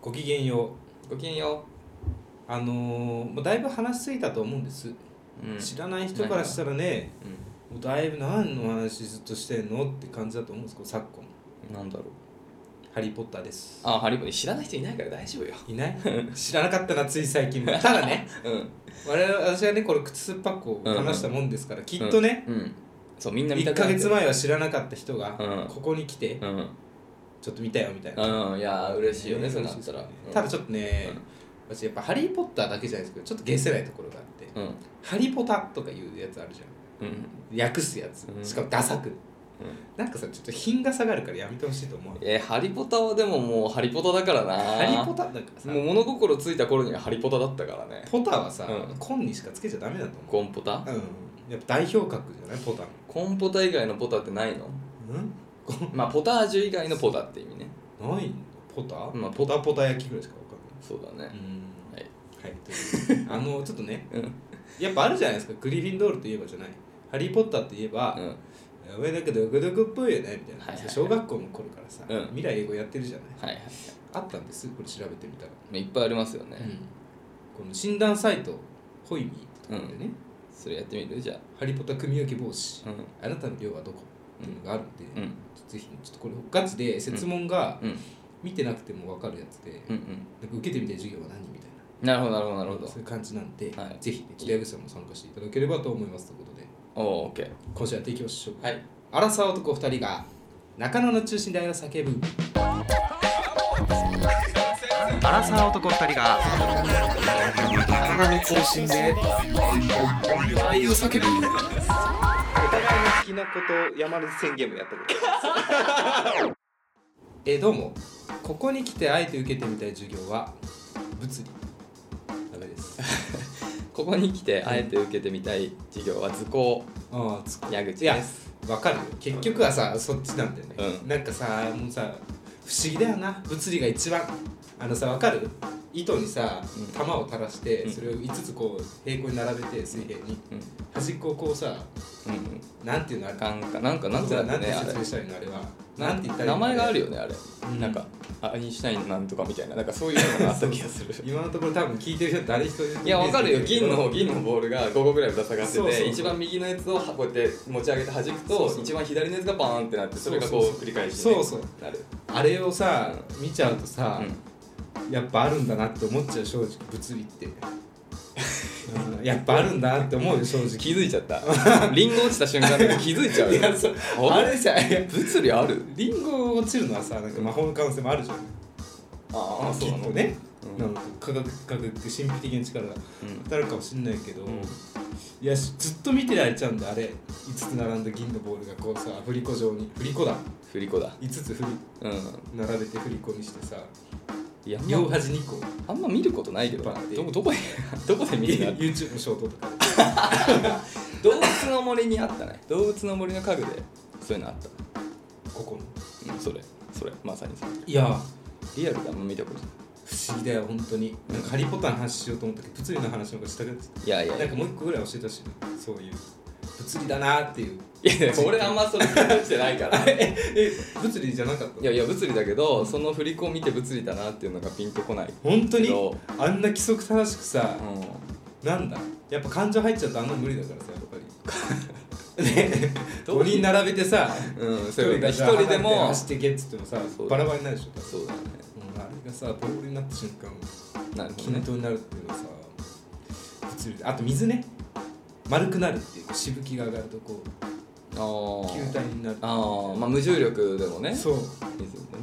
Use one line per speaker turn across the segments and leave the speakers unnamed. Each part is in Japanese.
ごきげんよう
ごきげんよ
あのーもうだいぶ話しすぎたと思うんです、
う、うん、
知らない人からしたらね
う
もうだいぶ何の話ずっとしてんのって感じだと思うんですけど昨今
ん、なんだろう
「ハリー・ポッター」です
あハリボー知らない人いないから大丈夫よ
いない知らなかったなつい最 近もただね
うん
我々私はねこれ靴すっぱく話したもんですから、きっとね、
うん、うんそうみんな見
1
たくな
ヶ
って
月前は知らなかった人が
うん
ここに来て、
うん
ちょっと見たよみたいな、
うんいやー嬉しいよね、
ね
そうなったら、うん、
ただちょっとね、私やっぱ「ハリー・ポッター」だけじゃないですけどちょっとゲせないところがあって
うんうん
「ハリポタ」とかいうやつあるじ
うん
ゃん訳すやつ
うん
しかもダサくなんかさちょっと品が下があるからやめてほしいと思う
えー、ハリポタはでももうハリポタだからな
ハリポタだからさ
もう物心ついた頃にはハリポタだったからね
ポタはさ、
うん
コンにしかつけちゃダメだと思
コンポタ
ううんやっぱ代表格じゃないポタの
コンポタ以外のポタってない の
うんコン
まあポタージュ以外のポタって意味ね
ないんだポタ、
まあ
ポ
ポタ
タポタ焼きぐらいしかわかん
そうだ
ない
ね
うん
はい
はいということであのちょっとね
うん
やっぱあるじゃないですかグリフィンドールといえばじゃないハリー・ポッターといえば、
うん
お前なんかドクドクっぽいよねみたいな、
はいはいはい
小学校の頃からさ、
うん
未来英語やってるじゃない
はいはい
あったんですこれ調べてみたら、
いっぱいありますよね、
この診断サイトホイミーとかでね、
それやってみるじゃ
ハリポタ組み分け防止
あうん
あなたの量はどこっていうのがあるんで、
うん
ぜひちょっとこれガチで設問が
うん
見てなくても分かるやつで、
うんうん
なんか受けてみたい授業は何みたいな
なるほどなるほどなるほど
そういう感じなんで、
はい
ぜひねちょっと矢口さんも参加していただければと思いますということで
おおオッケー
今週やっていきましょう
はい
アラサー男2人が中野の中心で愛を叫ぶアラサー男2人が中野の中心で愛を叫ぶお互いの好きなことを山根宣言もやったことえどうもここに来てあえて受けてみたい授業は物理ダメです
ここに来てあえて受けてみたい授業は図工
ああつ
矢口
いや
です
わかるよ結局はさそっちなんだよね、
うん
なんかさもうさ不思議だよな物理が一番あのさわかる糸にさ
うん
玉を垂らして、
うん
それを5つこう平行に並べて水平に
うん
端っこをこうさ
うんうん
なんていうのあれ
なんかなんかなんて
な
な
ん
ん
て
だねあれ
説明したらいいのあれは
な
なん
ん
て
て
言ったらいい
名前がある
よ
よねあれ、
ん
なんかアインシュタインのなんとかみたいななんかそういうのがあった気が する
今のところ多分聞いてる人誰一人いない
いやわかるよ銀の
い
銀のボールが5個ぐらいぶら下がってて
そうそう
一番右のやつをこうやって持ち上げて弾くと
そうそう
一番左のやつがバーンってなってそれがこう
そうそうそう
繰り返してね、
そうそう
なる、
あれをさ見ちゃうとさ、
うん
やっぱあるんだなって思っちゃう正直物理って、うんやっぱあるんだなって思うよ正直
気づいちゃった リンゴ落ちた瞬間で気づいちゃうよ
いやそう
あ
あ
れ
れじゃんいや
物理ある
リンゴ落ちるのはさなんか魔法の可能性もあるじゃん
あ
きっとね、
う
なんか科学科学神秘的な力が
うん
働くかもしんないけど、
うん
いやしずっと見てられちゃうんだあれ5つ並んだ銀のボールがこうさ振り子状に振り子だ
振り子だ
5つ振り
うん
並べて振り子にしてさ
いや
両端2個
あんま見ることないけどな
引っ張って
どこ どこでどこで見るんだ
YouTube のショートとか
動物の森にあったね動物の森の家具でそういうのあっ
ここの
た、うん、それそれまさにそれ
いや
リアルであんま見たことな
不思議だよ本当になんかハリー・ポッターの話しようと思ったけど物理の話の方がしたくなってきた
いいやいやい
なん
や
かもう一個ぐらい教えてほしいなそういう物理だなーっていう
い や俺あんまそれ気にしてない からい
え物理じゃなかった
やいや物理だけどその振り子を見て物理だなっていうのがピンとこない
本当
け
に
ど
あんな規則正しくさ
う、ん
なんだやっぱ感情入っちゃうとあんな無理だからさやっぱり ね
ど
5
ういう
人並べてさ
うん、
一
そう
人
いうこと
が
一
さ
人でも
走ってけっつってもさ
そう
バラバラになるでしょ多分
そうだね
うんあれがさボールになった瞬間
なるほど
均
ね
等になるっていうのはさ物理であと水ね丸くなるっていうしぶきが上がるとこう
あー
球体になる
あーまあ無重力でもね
そう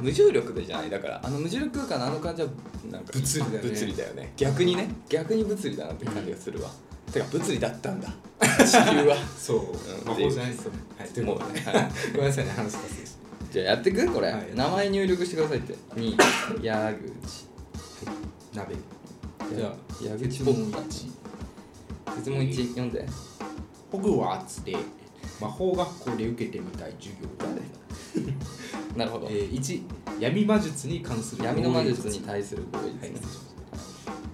無重力でじゃないだからあの無重力空間のあの感じはなんか
物理だよね
物理だよね逆にね逆に物理だなって感じがするわ、てか物理だったんだ地球は
そう、
ん
魔法じゃないですよはいという
も
こ
う
とで
ね、はい
ごめんなさいね話達成して
じゃあやってくこれ、
はい
名前入力してくださいってに矢口
鍋
や
じゃあ
矢口
ポ
ポ
ン
ン
タ
タ質問1読んで
ホグワーツで魔法学校で受けてみたい授業だ、
なるほど、
えー、1闇魔術に関する
闇の魔術に対する合意
はい
ですね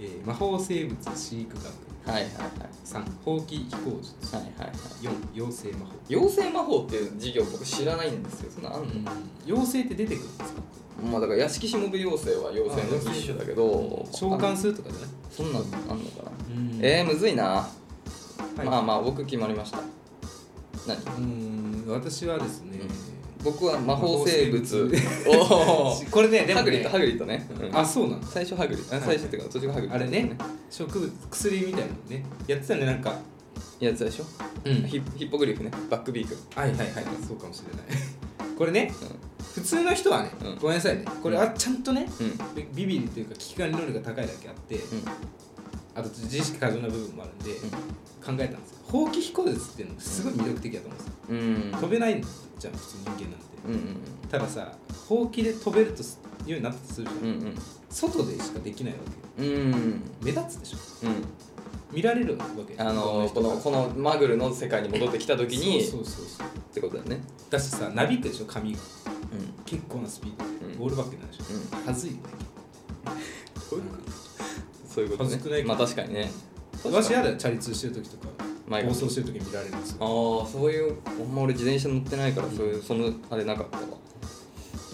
えー魔法生物飼育学
はいはいはい
3ほうき飛行術
はいはいはい
4妖精魔法
妖精魔法っていう事業僕知らないんですよそんなあんの
妖精って出てくるんですか
まあだから屋敷しもぶ妖精は妖精の一種だけど
召喚するとかじゃない
あそんなんあんのかな、
え
えー、むずいな、
はい
まあまあ僕決まりました何
うーん私はですね
僕は魔法生物
魔法
おお
しこれねで
ハ
も
グリッ
ね
ドハグリッドね、うん
あそうなの
最初ハグリッドあ
はい
最初っていうか途中がハグリッド
あれね植物薬みたいなのねやってたねなんか
やつでしょ
うん
ヒヒッポグリフねバックビーク
はいはいはいそうかもしれない これね普通の人はね
うん
ごめんなさいねこれはちゃんとね
うんうん
ビビビリというか危機管理能力が高いだけあってあと自意識過剰な部分もあるんで
ん
考えたんですよほうき飛行術っていうのすごい魅力的だと思うんですよ
うんうん
飛べないんじゃん普通人間なんて
うん
たださほうきで飛べるとすようになったとするじゃん、
うんうん
外でしかできないわけよ
うんうん
目立つでしょ
うん
見られるわけ
あの
他
こ
人
の
が
このマグルの世界に戻ってきた時に
そうそうそうそう
ってことだよね
だしさなびくでしょ髪が
う
結構なスピードで
うん
ボールバックになるでし
んうん
ょはずいよね
そういうことそういうこと
恥ずくない
ねまあ確かにね
うん私やだよチャリ通してる時とか
前
暴
が
走してる時見られるんです
ああ
よ
そういうほんま俺自転車乗ってないからそういうそのあれなかったわ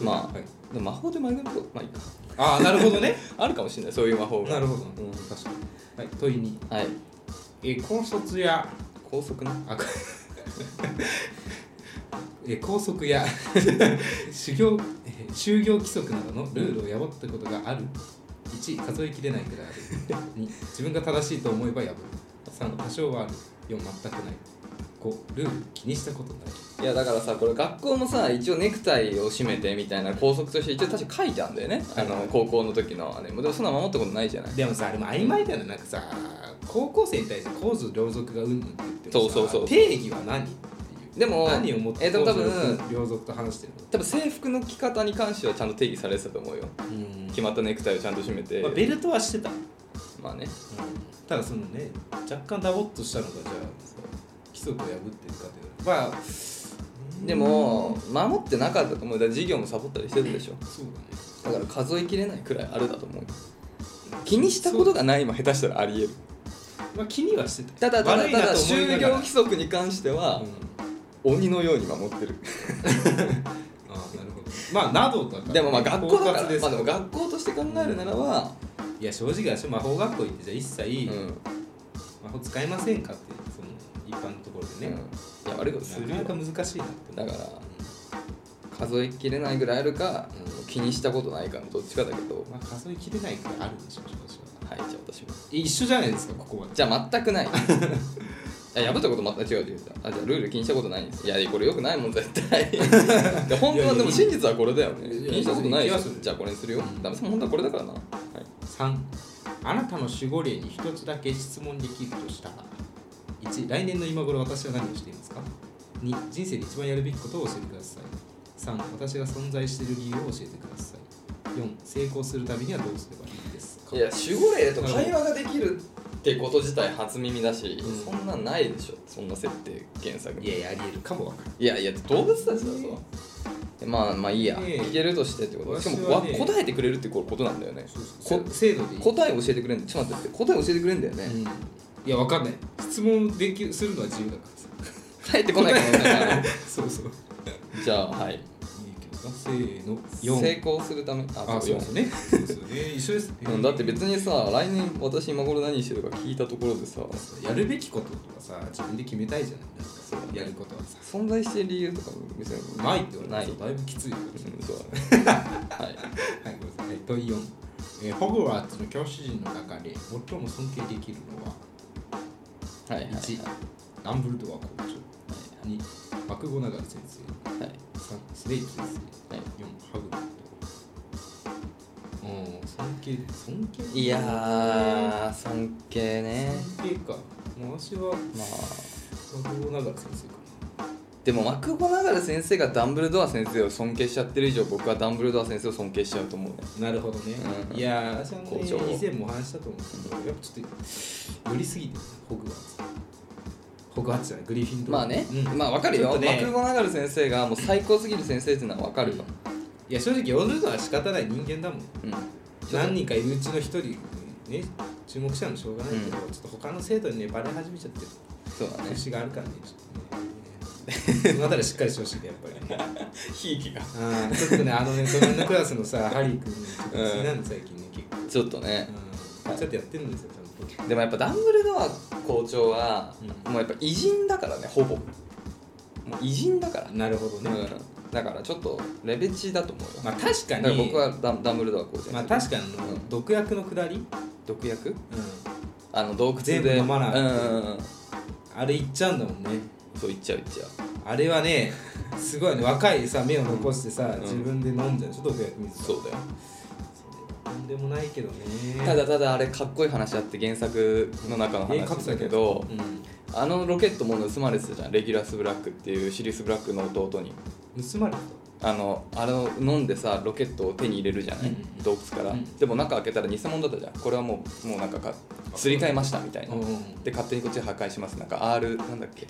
まあ
はい
でも魔法で前がとまあいいか
ああなるほどね
あるかもしれない そういう魔法が
なるほど、
うん
確かにはい問いに
はい
えー高卒や
高速な
あこ えー校則や修行えー就業規則などのルールを破ったことがある1数えきれないくらいある2自分が正しいと思えば破る3多少はある4全くない5ルール気にしたことない
いやだからさこれ学校もさ一応ネクタイを締めてみたいな校則として一応確か書いてあるんだよねあの高校の時のあれもでもそんな守ったことないじゃない
でもさあれも曖昧だよねなんかさ高校生に対して構図両属がうんぬんって言ってもさ
そうそうそう
定義は何っていう
でも
何をもって
えでも多分
両属と話してる
多分制服の着方に関してはちゃんと定義されてたと思うよ
の、
決まったネクタイをちゃんと締めて
まあベルトはしてた
まあね
ただそのね若干ダボっとしたのがじゃあ規則を破ってるかというまあ
でも守ってなかったと思うだから授業もサボったりしてたでしょ
そうだね
だから数えきれないくらいあるだと思う気にしたことがないも下手したらありえる
まあ気にはしてた
ただただ
悪いな
ただ
と思いな
就業
がら
規則に関しては
うん、
鬼のように守ってる
ああなるほどまあなどだから
でもまあ学校だか
包括で
ら
す
まあでも学校として考えるならば
いや正直私魔法学校行ってじゃあ一
う
切
ん
魔法使いませんかってその一般のところ
うん
で
い
ね、
や悪いことするよ
なかなか難しいなって思う
だから数えきれないぐらいあるか気にしたことないかのどっちかだけど
うんまあ数えきれないからあるでしょ正直
はいじゃあ私も
え一緒じゃないですかここは
じゃあ全くないいや破ったこと全く違うって言うたあじゃあルール気にしたことないんですいやこれよくないもん絶 対で本当はでも真実はこれだよね
いや
気にしたことないでし
いやいやい
ょ
や
じゃあこれにするよ、
うん
ダメ本当はこれだからな、はい、
3あなたの守護霊に一つだけ質問できるとしたら1来年の今頃私は何をしていますか2人生で一番やるべきことを教えてください3私が存在している理由を教えてください4成功するためにはどうすればいいですか
いや守護霊と会話ができるってこと自体初耳だし、
うん
そんなんないでしょそんな設定原作
いやありえるかもわかる
いやいや動物たちだぞまあまあいいや、
ええ
聞けるとしてってことしかも、
私は
わ
ね
答えてくれるってことなんだよね
こ制度でいい、
答え教えてくれるんだちょっと待って答え教えてくれるんだよね、
うんいやわかんない質問できるするのは自由だからさ
帰ってこないかもしれない
そうそういい
じゃあはい
けどなせーの
成
4
功するためあ
あそう
よ
ですねそうですよね一緒ですね
うんだって別にさ来年私今頃何してるか聞いたところでさ
やるべきこととかさ自分で決めたいじゃないなんかさ
そうだね
やることはさ
存在してる理由とかも別に
ないって言われ
ない
るとだいぶきついよ、
うんそうだねはい
はいごめんなさいはい問い4、えーホグワーツの教師陣の中で最も尊敬できるのは
はいはいはい
1ダンブルドア校長
は
2マクゴナガル先生
いはい
3スレイキ先生
はい
4ハグリッドうん尊敬尊敬
いやー尊敬ね
尊敬かもう私は
まあ
マクゴナガル先生かな
でもマクゴナガル先生がダンブルドア先生を尊敬しちゃってる以上僕はダンブルドア先生を尊敬しちゃうと思うね
なるほどね、
うん
いやー私はね
校長
以前もお話ししたと思うんですけどやっぱちょっと寄りすぎてるホグワーツホグワーツじゃないグリフィンドール
まあね、
うん
まあわかる
ちょっ
よ、
とね
マクゴナガル先生がもう最高すぎる先生っていうのはわかるよ、
いや正直寄るのは仕方ない人間だもん
うん、
何人かいるうちの一人ね注目したのもしょうがないけど、ちょっと他の生徒にねバレ始めちゃってる
そうだね
節があるからねちょっ とねそのあたりしっかりしてほしいねやっぱりね
ひいきが
うんちょっとねあのね隣のクラスのさハリー君にちょっと気になるの最近ね結構、
ちょっとね
うん、ちょっとやってるんですよちゃんと
でもやっぱダンブルドア校長は、
うん
もうやっぱ偉人だからねほぼもう偉人だからね、
なるほどね、
うん、だからちょっとレベチだと思うよ、
まあ確か
だから
に
僕はダンダンブルドア校長
まあ確かにあの、
うん
毒薬のくだり、
毒薬
うん、
あの洞窟で
全部飲まない
うんうんうん
あれいっちゃうんだもんね
そういっちゃういっちゃう
あれはねすごいね若いさ目を残してさ、
ん
自分で飲んじゃうちょっと毒薬水
そうだよ
とんでもないけどね
ただただあれかっこいい話あって原作の中の
え勝
話
つだ
だ
け
け
ど
ど、あのロケットも盗まれてたじゃんレギュラス・ブラックっていうシリウス・ブラックの弟に
うん、盗まれた
あのあれを飲んでさロケットを手に入れるじゃない、
うんうん
洞窟から、
うん
でも中開けたら偽物だったじゃんこれはもうもうなんかかすり替えましたみたいな、
うん
で勝手にこっち破壊しますなんか R なんだっけ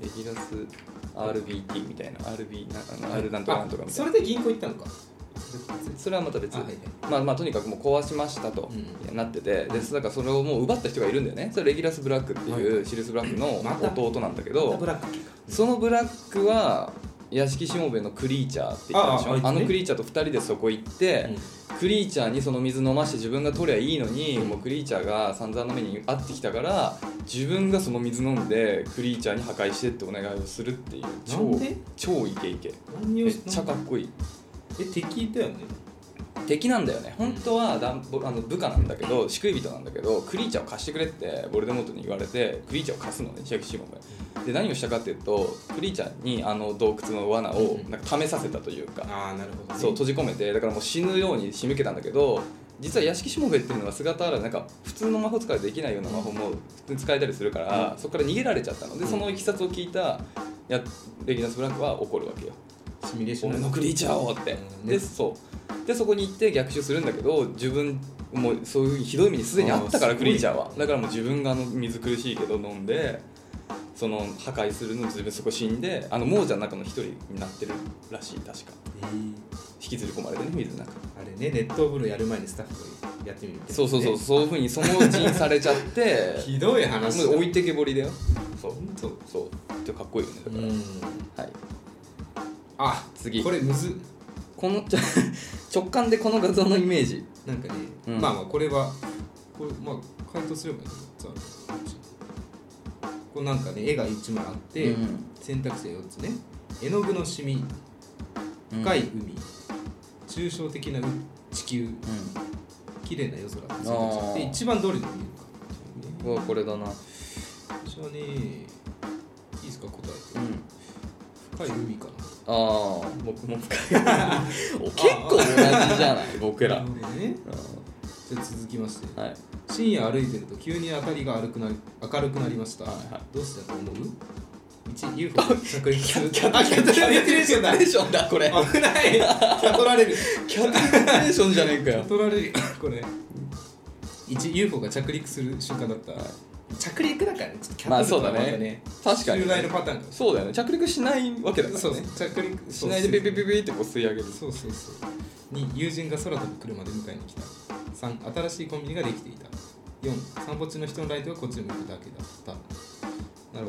レギュラス RBT みたいな RB なあの R なんとかなんとかみたい
あ
な
それで銀行行ったのか
それはまた別
あはいはい
まあまあとにかくもう壊しましたと
う
なってて、でだからそれをもう奪った人がいるんだよねそれレギュラス・ブラックって
は
いうシルス・ブラックの
また
弟なんだけ
また
ど
ブラック
そのブラックは屋敷しもべのクリーチャーって言ったでし
あああい
ょ
つね
あのクリーチャーと2人でそこ行って、クリーチャーにその水飲まして自分が取りゃいいのに、もうクリーチャーが散々な目に遭ってきたから自分がその水飲んでクリーチャーに破壊してってお願いをするっていう
な
超
んで
超イケイケ
何を
めっ
し
ちゃかっこいい
え敵だよね
敵なんだよね本当はダンボあの部下なんだけど仕組人なんだけどクリーチャーを貸してくれってボルデモートに言われてクリーチャーを貸すのねシャキシモンで何をしたかっていうとクリーチャーにあの洞窟の罠を
うん
なんか試させたというか、
ああなるほど、ね、
そう閉じ込めてだからもう死ぬように仕向けたんだけど実は屋敷しもべっていうのは姿あらなんか普通の魔法使いでできないような魔法も普通に使えたりするから、そこから逃げられちゃったのでそのいきさつを聞いたやレギナス・ブラックは怒るわけよ
シミュレーション
俺のクリーチャーをって、
うんね
でそうでそこに行って逆襲するんだけど自分もうそういうひどい目にすでにあっ
あーす
たか
ごい
らクリーチャーはだからもう自分があの水苦しいけど飲んでその破壊するの自分そこ死んであの亡者の中の一人になってるらしい確か
えー
引きずり込まれてね水の中
あれね熱湯風呂やる前にスタッフがやってみるみたいなね、
そうそうそうそういうふうにそのうちにされちゃって
ひどい話
もう置いてけぼりだよそう
本当
そうちょっとかっこいいよねだか
うん
ら、はい
あ
次
これむず
このちょ 直感でこの画像のイメージ
なんかね、
うん
まあまあこれはこれまあ回答すればいいのつあるこうなんかね絵が1枚あって、
うん
選択肢が4つね絵の具のシミ深い海、抽象的な地球
うん
綺麗な夜空って選択肢があって
あー
一番どれでもいいのか
うわこれだな
私はねいいですか答えて
ん
深い海かな
ああ僕も深いお 結構同じじ ゃない僕ら
なるほどね
う
じゃあ続きまして
んはい
深夜歩いてると急に明かりが明るくなり明るくなりました、
はいはい
どうしてだと思う ?1 UFO が着陸する
キャ
あキャトレディテレーションだ
キャトレディテレーションだこれ
危ないキャトられる
キャトレディテレーションじゃねえか
キャ
よ
トられるこれ 1UFO が着陸する瞬間だった、
はい
着陸だからねちょっとキ
ま
ャ
あ
ト
そう
ルと
だ
はまた
ね確かに
従来のパターンかもし
そうだよね着陸しないわけ
れな
だか
い
ら
そう
ね
そう着陸
しないでビビビビってこう吸い上げる
そうそうそう2友人が空飛ぶ車で迎えに来た3新しいコンビニができていた4散歩中の人のライトがこっちを向くだけだったなるほどはいわ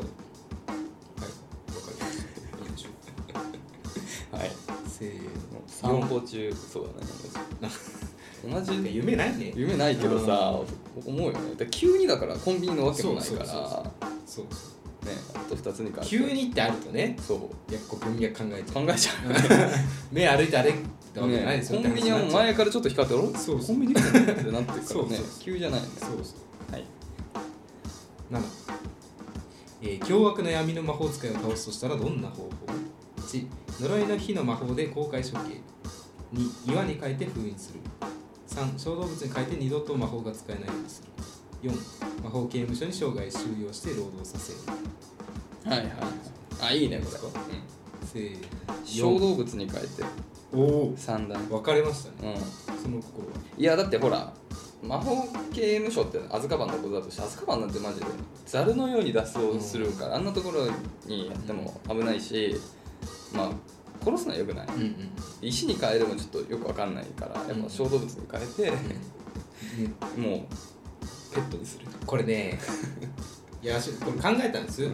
かりましたいいでしょ
はいう
せーの
散歩中そうだね同じ
な
同
んか
じ
夢ないね
夢ないけどさ思うよねで急にだからコンビニのわけもないから
そうそうそうそう
ねあと2つにか
急にってあるとね
そう
やっぱ文脈考えちゃ
考
う
えちゃうよね
目歩いて歩いたわけじゃないで
ね
す
コ
よ
ンビニはもう前からちょっと光ってる
そうそう
コンビニ来たねってなってるか
そ
ら
う
ね
そう
急じゃないよね
そうそう
はい
7、えー凶悪な闇の魔法使いを倒すとしたらどんな方法 ?1、呪いの火の魔法で公開処刑。2、岩に変えて封印する。3、小動物に変えて二度と魔法が使えないようにする。4、魔法刑務所に生涯収容して労働させる。
はいはいあいいねこれ
せー
小動物に変えて
お
三段
分かれましたね、
う
その心は。
んいやだってほら魔法刑務所ってアズカバンのことだとしてアズカバンなんてマジでザルのように脱走するから、あんなところにやっても危ないしまあ殺すのはよくない
うんうん。
石に変えてもちょっとよくわかんないからやっぱ小動物に変えて、
ね
もう
ペットにする、
これ ねいやしこれ考えたんです、
うん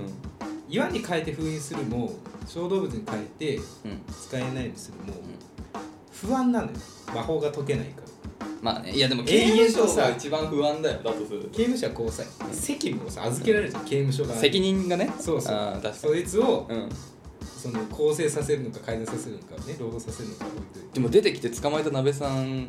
岩に変えて封印するも小動物に変えて使えないようにするも、不安なのよ魔法が解けないから
まあねいやでも
永遠と
刑務所
さ
が一番不安だよだとする
刑務所はこうさ責務をさ預けられるじゃん刑務所が
責任がね
そうそう
あー確か
そいつを
に、うん、
その更生させるのか改善させるのかね労働させるのか置いといて、
でも出てきて捕まえた鍋さん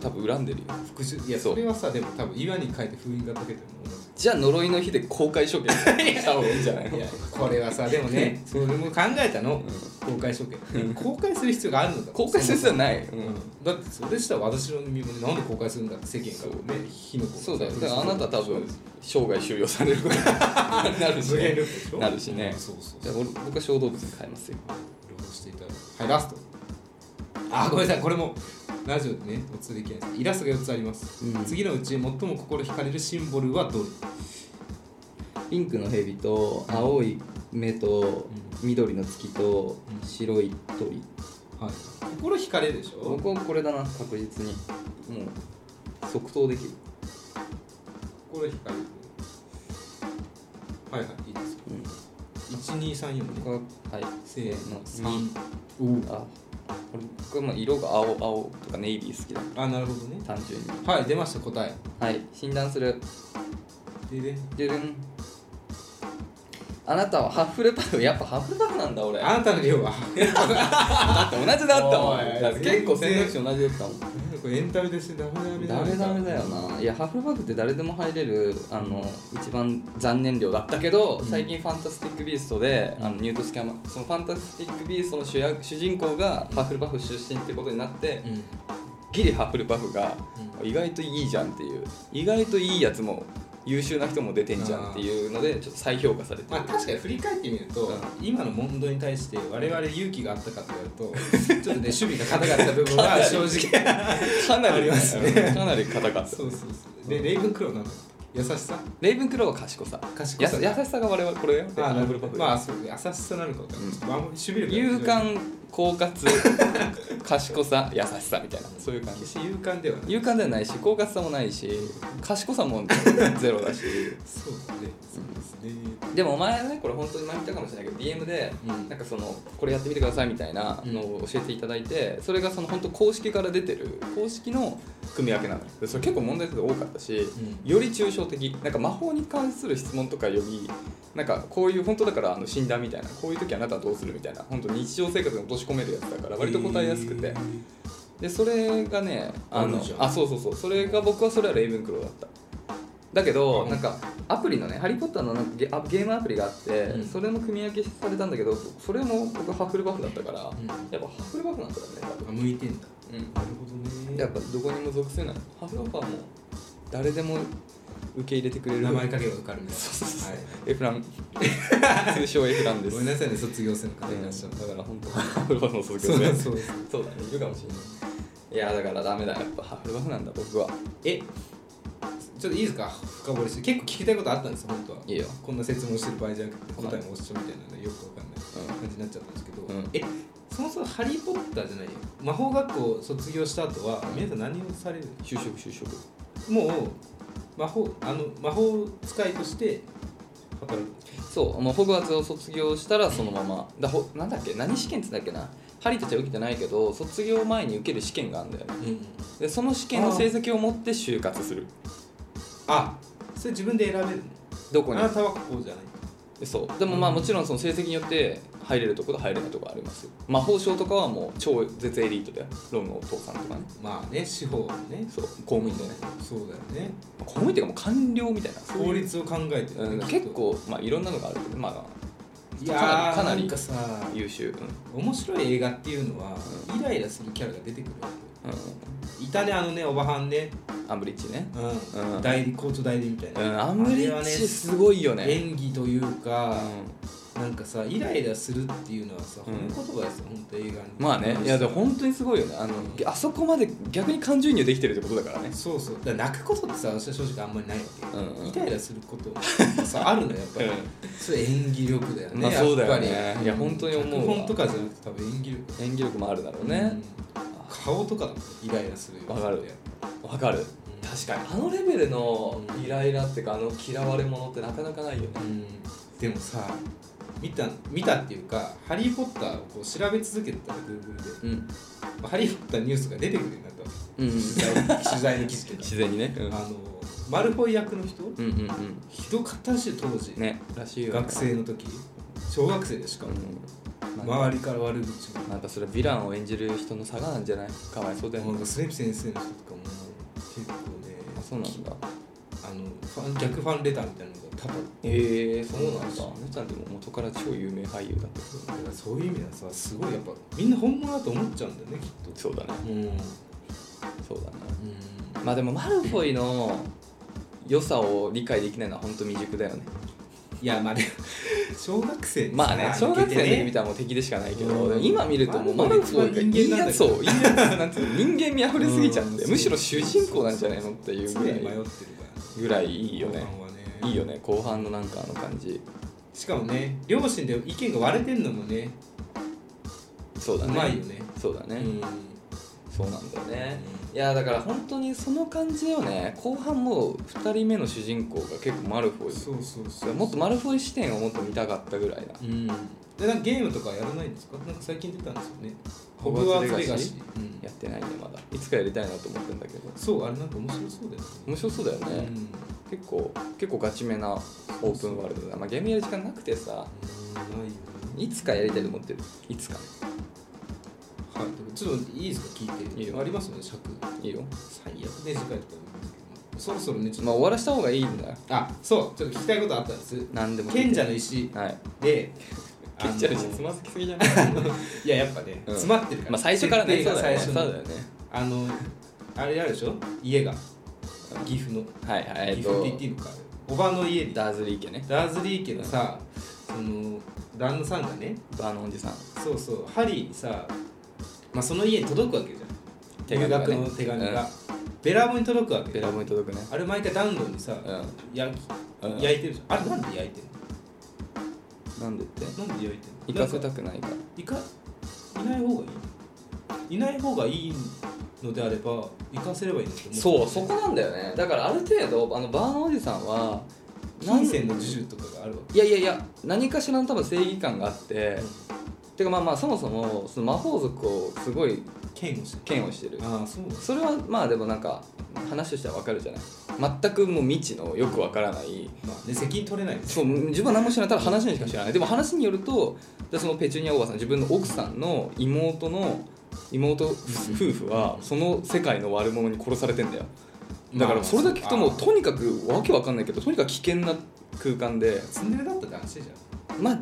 多分恨んでるよ
うん、復讐いや
そう
それはさでも多分岩に変えて封印が解けてるの同じ
じゃあ呪いの日で公開処刑した 方がいいんじゃ ないの
いやこれはさでもねそれも考えたの、公開処刑公開する必要があるのか
公開する必要はない、
うんだってそれしたら私の身分でなんで公開するんだって世間からね火の粉が
そうだよだからあなた多分生涯収容されることに な るし、
無限
ね、
ループでしょ
なるしね
そうそう
じ
そ
ゃ
う
あ俺僕は小動物に変えますよ
労働していただくはいラストあごめんなさいこれもラジオでねお伝えできないですイラストが4つあります、
うん
次のうち最も心惹かれるシンボルはどれ
ピンクの蛇と青い目と緑の月と
うん
白い鳥
はい心惹かれるでしょ
僕はこれだな確実にもう即答できる、
心惹かれるはいはいいいですよ
うん、
1234
僕
ね
ははい
せーの
せー
三
の
おう
あ俺僕はまあ色が青青とかネイビー好きだ
あなるほどね
単純に
はい出ました答え
はい診断する
でで
ででんあなたはハッフルパフやっぱハッフルパフなんだ俺
あなたの量は
だって同じだったもん
おい
だって結構選択肢同じだったもん
これエンタメとしてダメダメ
ダメダメだよないやハッフルパフって誰でも入れるあの一番残念量だったけど、
うん
最近「ファンタスティック・ビーストで」あのニュート・スキャマその「ファンタスティック・ビースト」の主役主人公がハッフルパフ出身ってことになって
うん
ギリハッフルパフが
う
意外といいじゃんっていう意外といいやつも優秀な人も出てんじゃんっていうのでちょっと再評価されて
まあ
る
確かに振り返ってみると、
う
今の問答に対して我々勇気があったかと 言われるとちょっとね守備が硬かった部分は正直
かな
あり
り
ます
かなり硬かった
そうそうそうでレイブンクローなんだ優しさ
レイブンクローは賢さ
賢
や
さ
す優しさが我々これよ
あなる
ハッフルパ
ほ
フ
どまあそう優しさなのか分かんないですけど、まあ、守備力が
勇敢狡猾賢さ優しさみたいなそういう感じ
決して勇敢ではない
勇敢ではないし狡猾さもないし賢さもゼロだし
そうだねそうですね
でもお前ねこれ本当に前見たかもしれないけど DM で
うん
なんかそのこれやってみてくださいみたいなのを教えていただいてそれがその本当公式から出てる公式の組み分けなのよでそれ結構問題数が多かったし、
ん
より抽象的なんか魔法に関する質問とかよりなんかこういう本当だからあの診断みたいなこういう時あなたはどうするみたいな本当日常生活に落とし込めるやつだから割と答えやすくて、でそれがねあ
あ
の
るじゃん
あそうそうそうそれが僕はそれはレイブンクローだっただけど、
うん
なんかアプリのね「ハリー・ポッターのなんかゲ」あゲームアプリがあって、
うん
それも組み分けされたんだけどそれも僕ハッフルバフだったから、
うん
やっぱハッフルバフなんだよね多
あ向いてんだ
分、うん
なるほどね
やっぱどこにも属せないハフローパーも誰でも受け入れてくれる
名前かけば受かるみたいな
そうそうそう
はい
エフラン通称エフランです
ごめんなさいね卒業生の方
う
い
ん
らっしゃる
だから本当ハフローパーの卒
そ
業
う
生
そう
そうだねいるかもしれないいやだからダメだやっぱハフローパーなんだ僕は
えちょっといいですか深掘りして結構聞きたいことあったんですよ本当はい
いよ
こんな説問してる場合じゃなくて答えもおっしゃみたいなねよくわかんない感じになっちゃったんですけど、
うん
えそもそも「ハリー・ポッター」じゃないよ魔法学校を卒業した後は皆さん何をされる
就職就職
もう魔法あの魔法使いとして働く
そうもうホグワーツを卒業したらそのままだほなんだっけ何試験っつったっけなハリーたちは受けてないけど卒業前に受ける試験があるんだよね
うん、
でその試験の成績を持って就活する
あそれ自分で選べる
どこ
の
に
あなたはこうじゃない
そうでもまあもちろんその成績によって入れるところと入れないところありますよ魔法省とかはもう超絶エリートでロンのお父さんとかね
まあね司法のね
そう公務員でね
そうだよね
公務員っていうかもう官僚みたいなそういう
法律を考えて
うん、結構まあいろんなのがあるけどま
いやー
かなりかなり
んかさ
あ優秀うん、うん、
面白い映画っていうのは、イライラするキャラが出てくるわけいたねあのねおばはんね、
アンブリッジね
うん
うん
代理校長代理みたいうな、
んアンブリッジすごいよね
演技という
う
か、
ん
なんかさイライラするっていうのはさ、
う
こ
ん
の言葉ですよ本当映画に
まあねいやでも本当にすごいよねあのあそこまで逆に感情移入できてるってことだからね
そうそうだから泣くことってさ私は正直あんまりないわけ、
うんうん
イライラすることが さあるのよやっぱり、それ演技力だよね、
まあそうだよね
やっぱり
いや本当に思うわ
脚本とかじゃなくて多分演技力
演技力もあるだろうね
うん顔とかだもんイライラするよ
わかるわかる
うん
確かに
あのレベルのイライラっていうかあの嫌われ者ってなかなかないよね
うんでもさ見た見たっていうか「ハリー・ポッター」をこう調べ続けてたら Google で
うん
「ハリー・ポッター」ニュースが出てくるようになったわけ
うん
取材取材の記事で
自然にね
あのマルフォイ役の人、
うんうんうん
ひどかったらしい当時、
ねらしいよね
学生の時小学生でしかも、
うんまあ
周りから悪口も
なんかそれはヴィランを演じる人の差がなんじゃないかわいそうだよね
なんかスレイプ先生の人とかも結構ね
あそうなんだ
あのファン逆ファンレターみたいなのが多々
ええそうなんだあのちゃんでも元から超有名俳優だったけど
だからそういう意味ではさすごいやっぱみんな本物だと思っちゃうんだよねきっと
そうだね
うんうん
そうだねまあでもマルフォイの良さを理解できないのは本当未熟だよね
いやまあでも小学生
まあね小学生の時見
た
たらもう敵でしかないけ
う
ど
ん
でも今見るともうマ
マ
ル
ル
フ
フ
ォ
ォ
イ
イ
が
はい
いやつを
人
いいやつなんていうの 人間味あふれすぎちゃって
うん
むしろ主人公なんじゃないのっていう
常に
ぐ
迷ってる
ら
か
い
ら
ぐらいいいよ
後
ね
半はね
いいよね後半のなんかあの感じ
しかもね両親で意見が割れてんのもね
そうだ
う
ね
まいよね
そうだね、
うん
そうなんだよねいやだから本当にその感じよね後半もう2人目の主人公が結構マルフォイ
そうそうそう
もっとマルフォイ視点をもっと見たかったぐらいな
うんでなんかゲームとかやらないんですかなんか最近出たんですよね
ホ
ホ
グ
グ
ワ
ワ
ー
ー
ツ
ツ
レ
レ
ガ
ガ
シ
シ
ー
ー、うん
やってないねまだいつかやりたいなと思ってんだけど
そうあれなんか面白そうだよね
面白そうだよ
う
ね、
ん
結構結構ガチめなオープンワールドだ、まあ、ゲームやる時間なくてさ
うんないよね
いつかやりたいと思ってるいつか
はいちょっといいですか聞いて
いいよ
ありますよね尺
いいよ
最悪で次回とかでもいいんですけどそろそろねちょっ
まあ終わらした方がいいんだよ
とあそうちょっと聞きたいことあったんです
何でも
賢者の
の
石
はい
で
賢者の石
あ
つ
の
まずきすぎじゃない
いややっぱね
うん
詰まってるから
まあ最初からね
設
そう
定が最
だ
初
よねそう
の
だよね
あのあれあるでしょ家が岐阜の
はいはいえ
岐
っ
阜って
と
言っていいのかおばの家にダ
ダーズリー家ね
ーズリー家のさその旦那さんがね
あのおじさん
そうそうハリーにさ、まあ、その家に届くわけじゃん
手
留
紙がね
学の手紙が、ベラボに届くわけ
ベラボに届くね
あれ毎回暖炉にさ、
う
焼き
うん
焼いてるじゃんあれなんで焼いて
んなんでって
るのなんで焼いて
行
るの
かせ
なん
たくないから
いかいない方がいいいない方がいいのであれば行かせればいいのって思
そう
う
そこなんだよねだからある程度あのバーのおじさんは
金銭の授受とかがあるわ
いやいやいや何かしらの多分正義感があって、てかまあまあそもそもその魔法族をすごい
け嫌悪して
嫌悪してる
ああそうだ
それはまあでもなんか話としては分かるじゃない全くもう未知のよく分からない
まあね責任取れない
そう自分は何も知らないただ話にしか知らないでも話によるとじゃあそのペチュニアおばさん自分の奥さんの妹の妹夫婦はその世界の悪者に殺されてんだよだからそれだけ聞くともうとにかくわけわかんないけどとにかく危険な空間で
ツンデレだったって話じ
まあ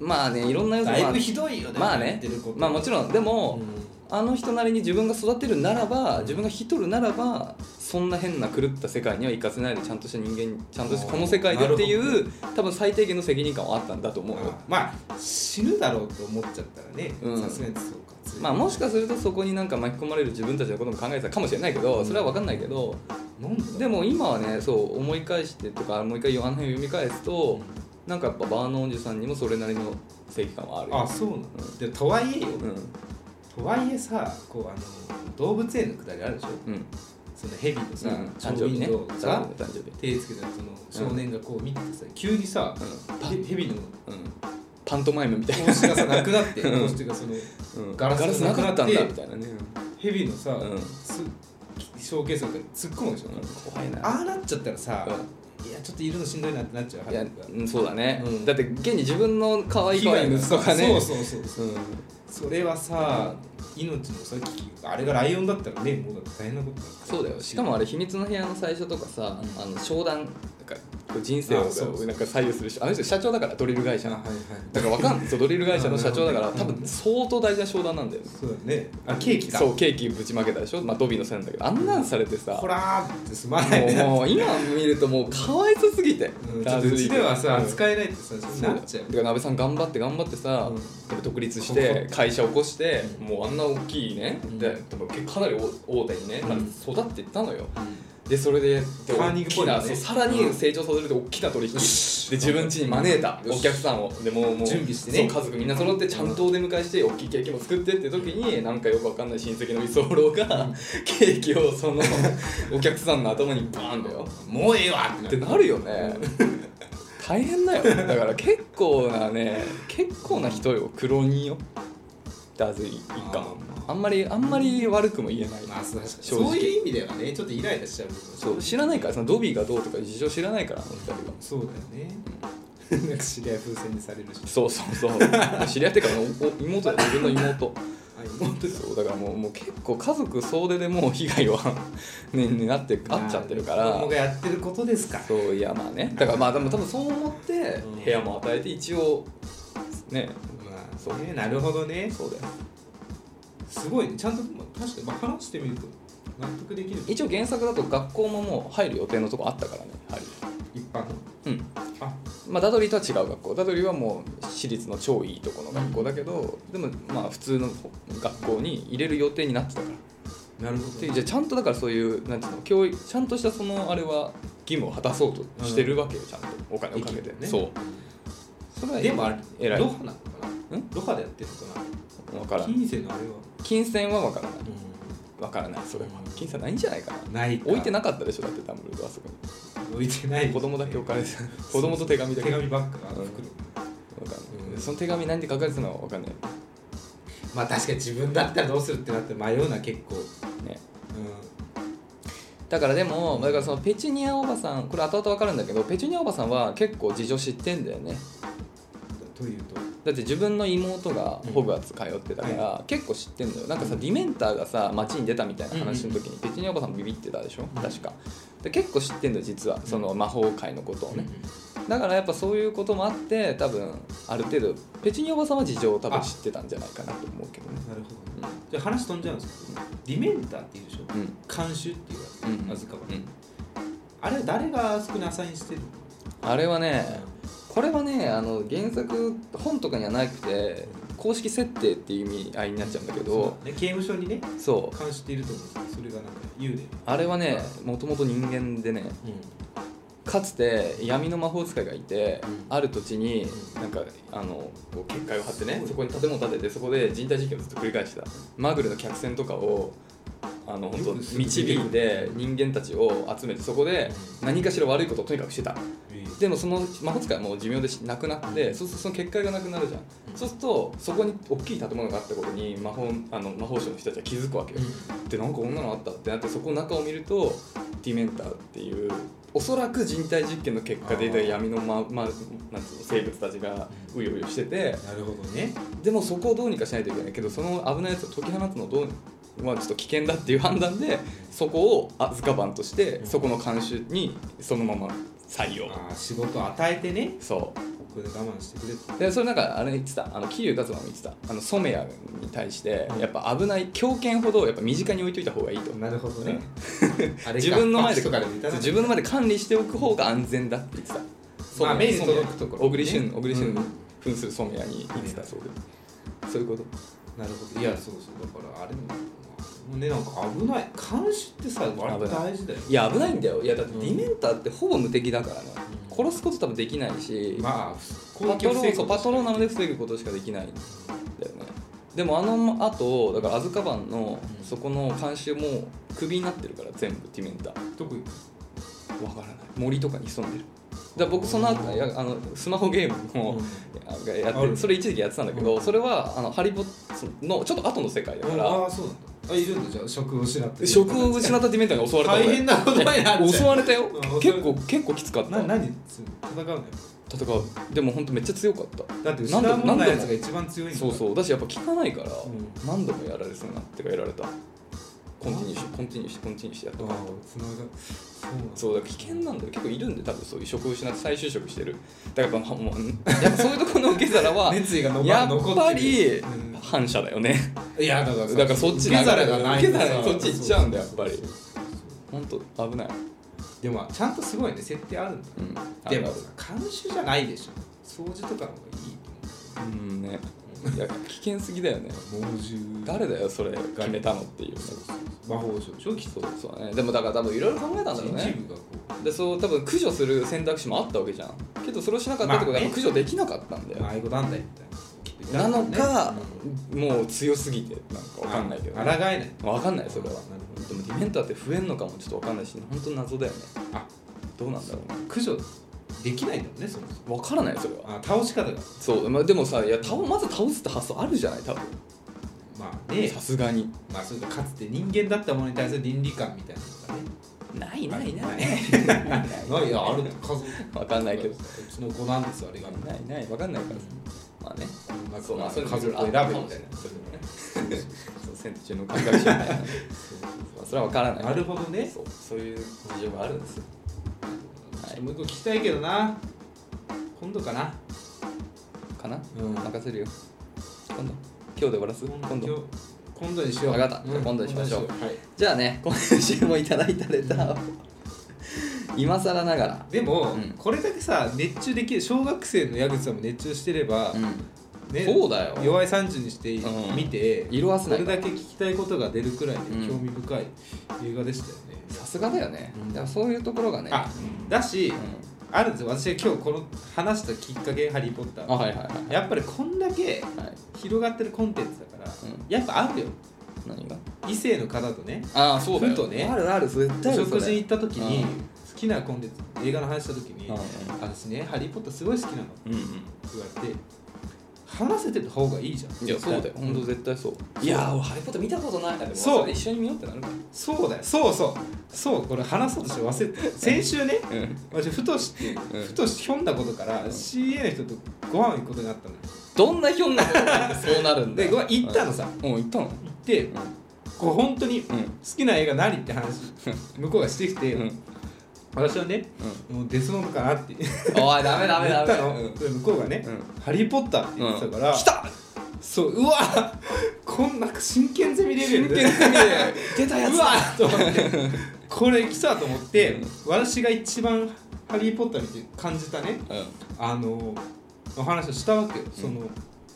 まあねいろんな
ゃ
要
ん
素
だ
が
いぶひどいよね
まあ
言っ
ね
てること
まあもちろんでも、
う
あの人なりに自分が育てるならば自分が引き取るならばそんな変な狂った世界には行かせないでちゃんとした人間ちゃんとしてこの世界でっていう多分最低限の責任感はあったんだと思うよ
んまあ死ぬだろうと思っちゃったらね
うん
さすがにそうかつい
まあもしかするとそこになんか巻き込まれる自分たちのことも考えてたかもしれないけどそれは分かんないけど
なんでだろう
でも今はねそう思い返してとかもう一回あの辺読み返すとなんかやっぱバーノンジュさんにもそれなりの正義感はあるよ
あそうなのでとはいえよ
う
とはいえさこうあの動物園のくだりあるでしょ
んうん
そのヘビのさ
うん
超
誕生日ね
人形がさ
誕生日
手つけたその少年がこう見ててさ急にさ
うん
ヘヘビの
パうんパントマイムみたいな
格子がさなくな って格子っていうかその
うん
ガラスなくなって
ガラスなかったんだみたいなね
ヘビのさ
うん
すショーケースとかに突っ込むでしょ
怖いな
ああなっちゃったらさいやちょっといるのしんどいなってなっちゃう
いや
ハリーが
うんそうだね
うん
だって現に自分の可愛い可愛い息子がね
そうそうそうそう
うん
それはさ命のさ危機あれがライオンだったらねもうだって大変なことになるから
そうだよしかもあれ秘密の部屋の最初とかさ
うん
あの商談なんかこう人生を
あそうそう
なんか左右するしあの人社長だからドリル会社
あ
の
はいはい
だからわかんないそうドリル会社の社長だから
うん
多分相当大事な商談なんだよ
そうだねあケーキだ
そうケーキぶちまけたでしょまあドビーのせいなんだけどあんなんされてさ
ほらーってすまない
もう
ね
もう今見るともうかわいそうすぎて、
うんちょっとうちではさ扱えないってさ
そう
な
だよ
っちゃう
だから鍋さん頑張って頑張ってさ、
うん
やっぱ独立し
こ
て
こ
会社起こして、
うん
もうあんな大きいね、
うん
ででもかなり大大手にね、
うん
なる育っていったのよでそれで
ターニングポイントね
大きなそうさらに成長させるって大きな取引、で自分家に招いたお客さんをでもうもう
準備してね
そう家族みんな揃ってちゃんとお出迎えして大きいケーキも作ってって時になんかよくわかんない親戚の居候がケーキをそのお客さんの頭にバーンだよ
もうええわってな
って
る
なるよね大変だよだから結構なね結構な人よ苦労人よだず一家もあんまりあんまり悪くも言えない
まあそう
正
そ
直
ういう意味ではねちょっとイライラしちゃう部分
そう知らないからそのドビーがどうとか事情知らないからあの二人が
そうだ よねなんか知り合い風船にされるし
そうそうそう 知り合ってからのお妹だよ自分の妹
あ妹
そうだからもうもう結構家族総出でもう被害は ねになってあっちゃってるか
子
ら
供がやってることですから
そういやまあねだからまあでも多分そう思って
うん
部屋も与えて一応ね
まあ
そう
ねなるほどね
そうだよ
すごいねちゃんとまあ確かにまあ話してみると納得できる
一応原作だと学校ももう入る予定のとこあったからね入
一般の
りうん
あ
まあ、ダドリーとは違う学校ダドリーはもう私立の超いいとこの学校だけど、でもまあ普通の学校に入れる予定になってたか
な
ら
るほど
でじゃあちゃんとだからそういうなんていうの教育ちゃんとしたそのあれは義務を果たそうとしてるわけよ、ちゃんとお金をかけ
で
て
きるね
そうそれは
でもあれ
偉い
ロハなのかなんロハでやってるのか
分から
なん金銭のあれは、
金銭は分からない分からないそれは金銭ないんじゃないかな
ないか
置いてなかったでしょだってダンブルドアあそこに
置いてない
子供だけ置かれて子供と手紙だけ
手
分か
紙ばっかが袋
うんんない、
うん
その手紙何で書かれてたのは分かんない
まあ確かに自分だったらどうするってなって迷うな結構、
ね
う
だからでもだからそのペチュニアおばさんこれ後々分かるんだけどペチュニアおばさんは結構事情知ってんだよね
ん、というと
だって自分の妹がホグワーツ通ってたか
うん
ら、結構知ってんだよなんかさ、
うん
ディメンターがさ街に出たみたいな話の時にペチュニアおばさんビビってたでしょ、
うん
確かで結構知ってんだよ実はその魔法界のことをね、だからやっぱそういうこともあって多分ある程度ペチュニアおばさんは事情を多分知ってたんじゃないかなと思うけどね
なるほどじゃあ話飛んじゃうんですけどディメンターっていうでしょ
うんうん
監修っていうやつ、
うん
あずかは、
うん
あれ誰があそこにアサインしてるの、
あれはねこれはねあの原作本とかにはなくて公式設定っていう意味合いになっちゃうんだけど
そうね刑務所にね
そう
監視っていると思うんですけどそれがなんか幽霊、
あれはねもともと人間でねかつて闇の魔法使いがいて、
うん
ある土地に
うん
なんかあのこう結界を張ってねそこに建物を建ててそこで人体実験をずっと繰り返してたマグルの客船とかをあの本当
よくする
導いて人間たちを集めてそこで何かしら悪いことをとにかくしてたでもその魔法使いはもう寿命でなくなって、
うん
そうするとその結界がなくなるじゃん、
うん
そうするとそこに大きい建物があったことに魔法あの魔法省の人たちは気づくわけよ、でなんか女のあったってなってそこの中を見るとディメンターっていうおそらく人体実験の結果で
あー
闇の,、まま、なんつうの生物たちがうようよしてて
なるほどね
でもそこをどうにかしないといけないけどその危ないやつを解き放つのどうまあ、ちょっと危険だっていう判断でそこをアズカバンとしてそこの監修にそのまま採用
あー仕事を与えてね
そ
これで我慢してくれと
うでそれなんかあれ言ってたあの桐生一馬も言ってたあのソメヤに対してやっぱ危ない強権ほどやっぱ身近に置いといた方がいいと
なるほど
ね
ねあれか
自分の前で
パッチとかで見たら
自分の前で管理しておく方が安全だって言ってたそう
まあ目に届くところ
小栗旬小栗旬
うん
扮するソメヤに言ってたそうでそういうこと
なるほどいやそうそうだからあれもねなんか危ない監視ってさ割と大事だよ
いや危ないんだよいやだって
うん
ディメンターってほぼ無敵だからね
うん
殺すこと多分できないし
まあ
パトローそうパトローなの
で
で防ぐことしかできないんだよねでもあのあとだからアズカバンの
うん
そこの監修もクビになってるから全部ディメンター
どこ行
わからない森とかに潜んでるだから僕その後いやあのスマホゲームも、
く
がやって
あ
るそれ一時期やってたんだけど、
うん
それはあのハリボッのちょっと後の世界だか
うん
ら、
ああそうなんだあいるんだじゃあ職を失って
職を失ったディメンターが襲われた
大変なことになっちゃう
襲われた
う
よ
ん襲われた
結構結構きつかった
な何する戦うのよ
戦うでも本当めっちゃ強かった
だって
何度
失
も
うもんないやつが一番強いんだ
そうそうだしやっぱ効かないから、
ん
何度もやられそうになってかやられたコンティニューしてコンティニューしてコンティニューしてやった
ああつながそうなんだ
そうだから危険なんだよ結構いるんで多分そういう職を失って再就職してるだからやっぱもうやっぱそういうところの受け 皿は
熱意がのば
や
残
っ
っ
ぱ
てる
り
うん
反射だよね
いやだから
だからそっち流れ
受け皿がない
受け皿がそっち行っちゃうんだやっぱり
そうそうそう
本当危ない、
でもちゃんとすごいね設定あるんだ
うん、
でもさ監修じゃないでしょ掃除とかの方がいいと思
うんね
う
いや危険すぎだよね
猛獣
誰だよそれ決めたのっていうね
魔法少でしょきっ
そ
と
うそうだねでもだから多分いろいろ考えたんだろう
人事
ね
部がこ
でそう多分駆除する選択肢もあったわけじゃんけどそれをしなかったってこと
ま
は
あね
やっぱ駆除できなかったんだ
う
よ、
まあ愛護団体みたいなきっといた
なん
だ
の
ね
か
うん、
もう強すぎてなんかわかんないけど、
あ抗えない
わかんないそれは
なるほど
でもディメンターって増えんのかもちょっとわかんないし本当謎だよね
あ
どうなんだろうね
駆除できないんだもんねそもそ
わからないそれは
もあ倒し方が
そう、まあ、でもさいや倒まず倒すって発想あるじゃない多分
まあね
さすがに
まあそれとかつて人間だったものに対する倫理観みたいなのがね
ないないない
ないやある家族
わかんないけど
うちの子なんですよあれが
ないないわかんないからさまあね
まあ
そうまあ
家族を選べみたいなそういうのね
そう選択中の感覚じゃ ないなまあそれはわからない
なるほどね
そうそういう事情があるんですよ
ちょっともう一個聞きたいけどな今度かな
かな
うん
任せるよ今度今日で終わらす今度
今度にしよう
わかったじゃあ今度にしましょう
今度にはい
じゃあね今週もいただいたレターを 今更ながら
でも、
うん
これだけさ熱中できる小学生の矢口さんも熱中してれば、
う
ね
そうだよ
弱い30にして
うん
見て、
ん色褪せ
こ
な
れ
いから
だけ聞きたいことが出るくらいで
うん
興味深い映画でしたよね、
さすがだよね、
うん
だからそういうところがね
あだし、
うん
あるんですよ私が今日この話したきっかけ「ハリー・ポッター」
あはいはいはい
やっぱりこんだけ
はい
広がってるコンテンツだから、
うん
やっぱあるよ
何が
異性の方とね
ああそうだよ
ふとね
あるある絶
お
対あるそ
食
れ
事行った時に、
うん
好きなコンテンツ映画の話した時に、
うんうん
私ね「ハリー・ポッター」すごい好きなのって
うん
言われて話せてた方がいいじゃん
うんいやそうだよ本当絶対そういやー俺ハリー・ポッター見たことないでも
そう
れ一緒に見ようってなるか
そうだよそうそうそうこれ話そうとして忘れてた先週ね
らうん
私ふとして、
ん
ふとしひょんだことから、CA の人とご飯行くことになったのよ
どんなひょんなことなんでそうなるんだ
で
よ
ご飯行ったのさ、
うん行ったの
行って、こう本当に好
うん
きな映画何って話向こうがしてきて、
うん
私はね
う
もうデスノートかなって言っ
んおいダメダメダメ
たの、
うん
で向こうがね、ハリー・ポッター」って言ってたから、
来た
そううわこんな真剣ゼミレベルで
出たやつ
う
だ
わーと思ってこれ来たと思って、私が一番「ハリー・ポッター」見て感じたね
う
あのお話をしたわけよ、その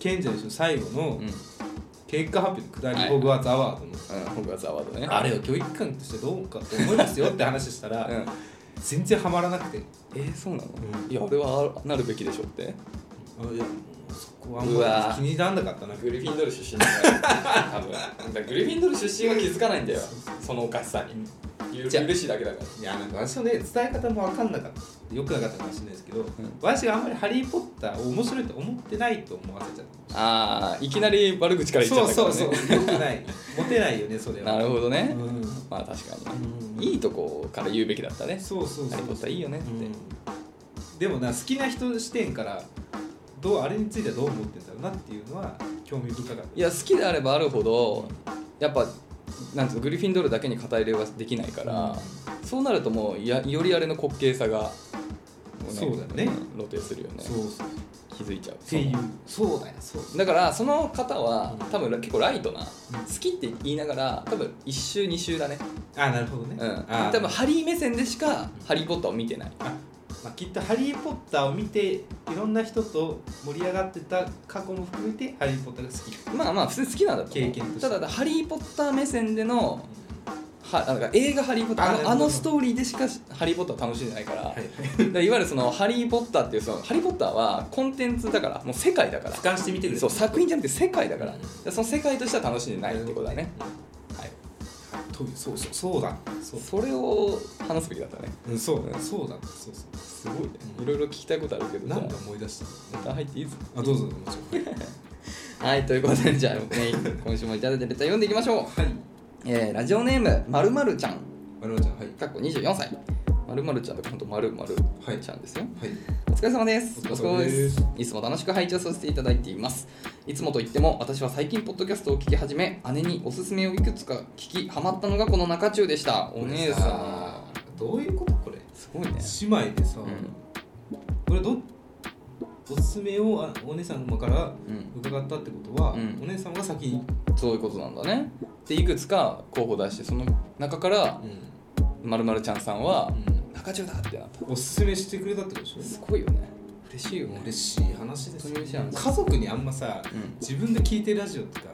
賢者でしょ最後の
んうん
結果発表の下り
はい
ホグワーツアワードの、
ホグワーツアワードね
あれを教育機関としてどうかと思いますよって話したら、
うん
全然ハマらなくて
えー、そうなの、
うん
いや俺はあなるべきでしょって
あいやそこは
う
も
わ
う気にならなかったな
グリフィンドール出身だから多分だからグリフィンドール出身は気づかないんだよそのおかしさにゆ
じゃあ
嬉しいだけだか
い
ら
やなんか私のね伝え方も分かんなかったよくなかったかもしれないですけど、
ん
私があんまり「ハリー・ポッター」を面白いと思ってないと思わせちゃった
ああいきなり悪口から言っちゃ
そう
った
そう
ね
そうよくないモテないよねそれは
なるほどね、
うん
まあ確かにね、
うん
いいとこから言うべきだったね
そうそうそう
ハリーポッターいいよねって
うんでもな好きな人視点からどうあれについてはどう思ってんだろうなっていうのは興味深かった
いや好きであればあるほどやっぱなんていうのグリフィンドールだけに肩入れはできないから、そうなるともういやよりあれの滑稽さが、
そうだよね
ん露呈するよね
そうそうっ
気づいちゃう
ていうそうだよそう
だからその方は
うん
多分結構ライトな、
ん
好きって言いながら多分1周2周だね、
あなるほど
う
ね
ん、
あ
多分ハリー目線でしか「ハリー・ポッター」を見てない
あまあ、きっと「ハリー・ポッター」を見ていろんな人と盛り上がってた過去も含めて「ハリー・ポッター」が好き
まあまあ普通に好きなんだと思う
経験として
ただ「ハリー・ポッター」目線でのはなんか映画「ハリー・ポッター」
あ
あ
なる
の
ほ
あ
ど
のストーリーでしか「ハリー・ポッター」楽しんでないから,、
はい
い、いわゆるその「ハリー・ポッター」っていうその「ハリー・ポッター」はコンテンツだからもう世界だから
俯瞰して見てくれ
そう作品じゃなくて世界だから
うん
でその世界としては楽しんでないってことだね、はい、
というそうそうそうだそう
それを話すべきだったね
うんそう
うん
そうだそうそ
すごいね
うん
いろいろ聞きたいことあるけ
う
ど
なん
じ
で
ゃ
思い出した
あネタ入っていいですか
のあどうぞどうぞ
はいということでじゃあ、ね、今週もいただいたレター読んでいきましょう、えーラジオネームまるまるちゃん
丸山ちゃんはい
かっこ24歳まるまるちゃんとかほんとまるまるちゃんですよ、
はい
お疲れ様です。
お疲れ様です
いつも楽しく拝聴させていただいています。いつもといっても、私は最近、ポッドキャストを聞き始め、姉におすすめをいくつか聞き、ハマったのがこの中中でした。お姉さ
んどういうことこれ
ん。すごいね。
姉妹でさ
う
これどおすすめをあお姉さんから
ん。
伺ったってことは
うん
お姉さんが先に
うん。そういうことなんだね。で、いくつか候補出して、その中から、まるまるちゃんさんは、
うん
中中だってなった。
おすすめしてくれたってことでしょ
すごいよね。嬉しいよね
嬉しい話です
本当に嬉しい話
家族にあんまさ、
うん
自分で聞いてるラジオってか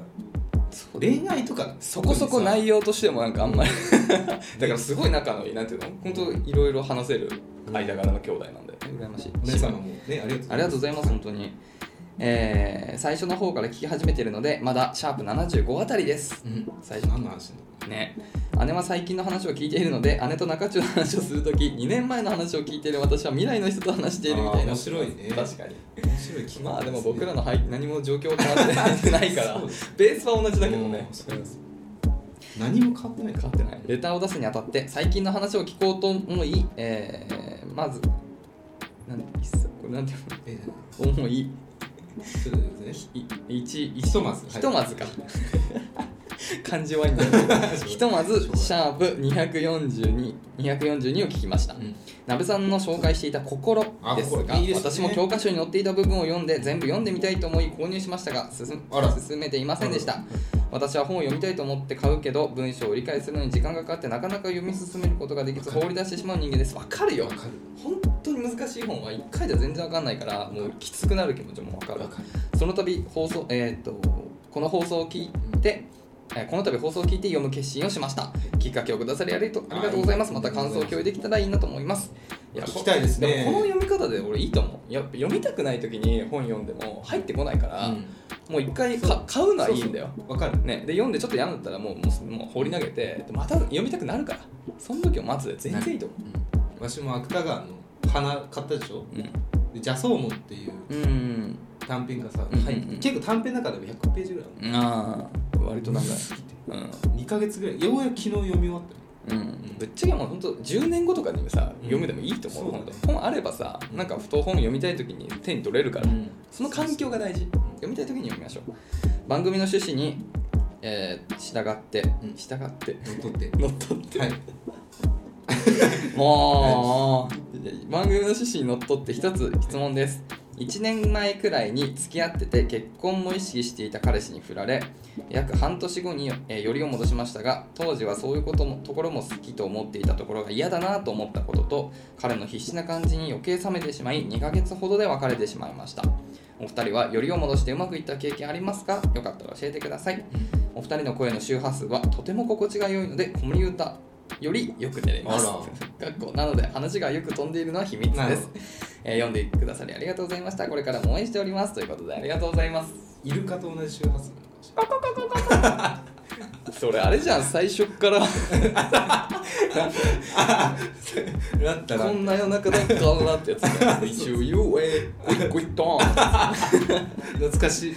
そう
恋愛とか
そこそこ
特にさ
内容としてもなんかあんまり だからすごい仲のいいなんていうの本当いろいろ話せる間柄の兄弟なんで羨ましい
お姉様もねありがとうございます
ありがとうございます本当にえー、最初の方から聞き始めてるのでまだシャープ75あたりです
うん、
最
最
初
初何の話なの
ね姉は最近の話を聞いているので姉と中中の話をするとき2年前の話を聞いている私は未来の人と話しているみたいな
あー面白いね
確かに
面白い聞
まあでも僕らの背何も状況変わってないないか ら
そう
ベースは同じだけどね
うんそうです何も変わってない
変わってないレターを出すにあたって最近の話を聞こうと思い、えーまずなんいっそこれなんていう
え
の思い
そうですね
い一
ひとまず
ひとま ずか 漢字はいいんだよひとまずシャープ242242 242を聞きました、
うん
なべさんの紹介していた「心」
あ
ですが
心いいですね
私も教科書に載っていた部分を読んで全部読んでみたいと思い購入しましたが進
あら
進めていませんでした私は本を読みたいと思って買うけど文章を理解するのに時間がかかってなかなか読み進めることができず
わかる
放り出してしまう人間ですわかるよ
わかる
本当に難しい本は1回じゃ全然わかんないからもうきつくなる気持ちもわかる
わかる
その度放送、えー、とこの放送を聞いて、えーこの度放送を聞いて読む決心をしましたきっかけをくださりありとありがとうございます
あ
ま
ー
た感想を共有できたらいいなと思いますいや
聞きたいですね
もこの読み方で俺いいと思うやっぱ読みたくない時に本読んでも入ってこないから、もう一回か買うのはいいんだよ
わかる
ね、で読んでちょっと嫌だったらもうもうもう放り投げてでまた読みたくなるからその時を待つで全然いいと思
わしも芥川の花買ったでしょ
う
で「ジャソーモン」っていう
うん、うん
短編がさ、
うんうんうん
入って結構短編の中でも100ページぐらいある
うん、ああ割と長い
薄すぎて
うん
2ヶ月ぐらいようやく昨日読み終わったよ
うん、ぶっちゃけもう本当10年後とかにさ
うん
読むでもいいと思う、
そうだ
本
ね
当本あればさなんかふと本読みたい時に手に取れるから、その環境が大事読みたい時に読みましょう番組の趣旨に、えー従って
うん
従って
乗っ取っ
乗っ取って
てはい
もう番組の趣旨にのっとって一つ質問です1年前くらいに付き合ってて結婚も意識していた彼氏に振られ約半年後にえーよりを戻しましたが当時はそういうこともところも好きと思っていたところが嫌だなと思ったことと彼の必死な感じに余計冷めてしまい2ヶ月ほどで別れてしまいましたお二人はよりを戻してうまくいった経験ありますかよかったら教えてくださいお二人の声の周波数はとても心地が良いので子守歌よりよく寝れます
あら
学校なので話がよく飛んでいるのは秘密
な
で
るほ
す
ど、
えー読んでくださりありがとうございましたこれからも応援しておりますということでありがとうございます
イルカと同じ周波数なのかもしれない
それあれじゃん最初っから
なったら
こんな夜中だからなってやつだよ「一応 You way クイックイットーン」
懐かしい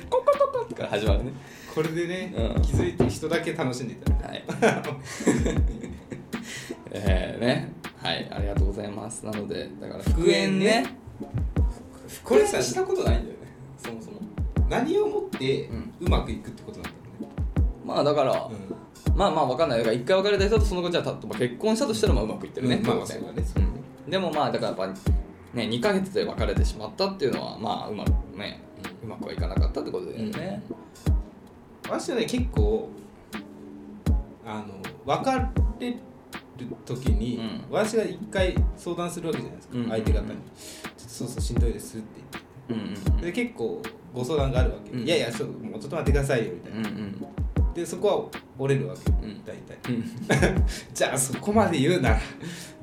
から始まるね
これでね、
うん
気づいて人だけ楽しんでいたら
はい えーねはいありがとうございますなのでだから復縁ね
これさ
たことないんだよねそもそも
何をもって
うん
うまくいくってことなんだろ
まあだから、
うね、
まあまあわかんないだから一回別れた人とその後じゃあ例えば結婚したとしたらまあうまくいってるね、
うんまあ
当然
そうだね
うんでもまあだからやっぱね2ヶ月で別れてしまったっていうのはまあうまくねうまくはいかなかったってことだよね、
私はね結構あの別れる時に、
うん
私が一回相談するわけじゃないですか、
うん
相手方に、
うん
ちょっとそうそうしんどいですって言って
うん、うん
で結構ご相談があるわけ、
うん
いやいやちょっともうちょっと待ってくださいよみたい
うんうん
な、でそこは折れるわけ、
ん
大体
うん
じゃあそこまで言うなら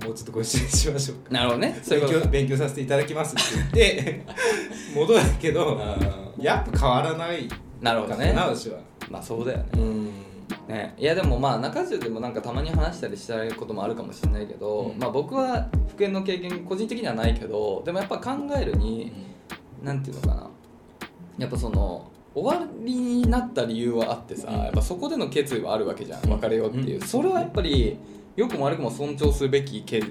もうちょっとご一緒にしましょうか
なるほどねそうい
勉
うこ
強
と
勉強させていただきますって言 って戻るけど
あ
やっぱ変わらない
なるほどね
な私は
まあそうだよね
うん
ね、いやでもまあ中中でもなんかたまに話したりしたこともあるかもしれないけど、
うん
まあ僕は復縁の経験個人的にはないけどでもやっぱ考えるになんていうのかなやっぱその終わりになった理由はあってさ、
うん
やっぱそこでの決意はあるわけじゃん
うん
別れようっていう、
うん
それはやっぱり良くも悪くも尊重すべき決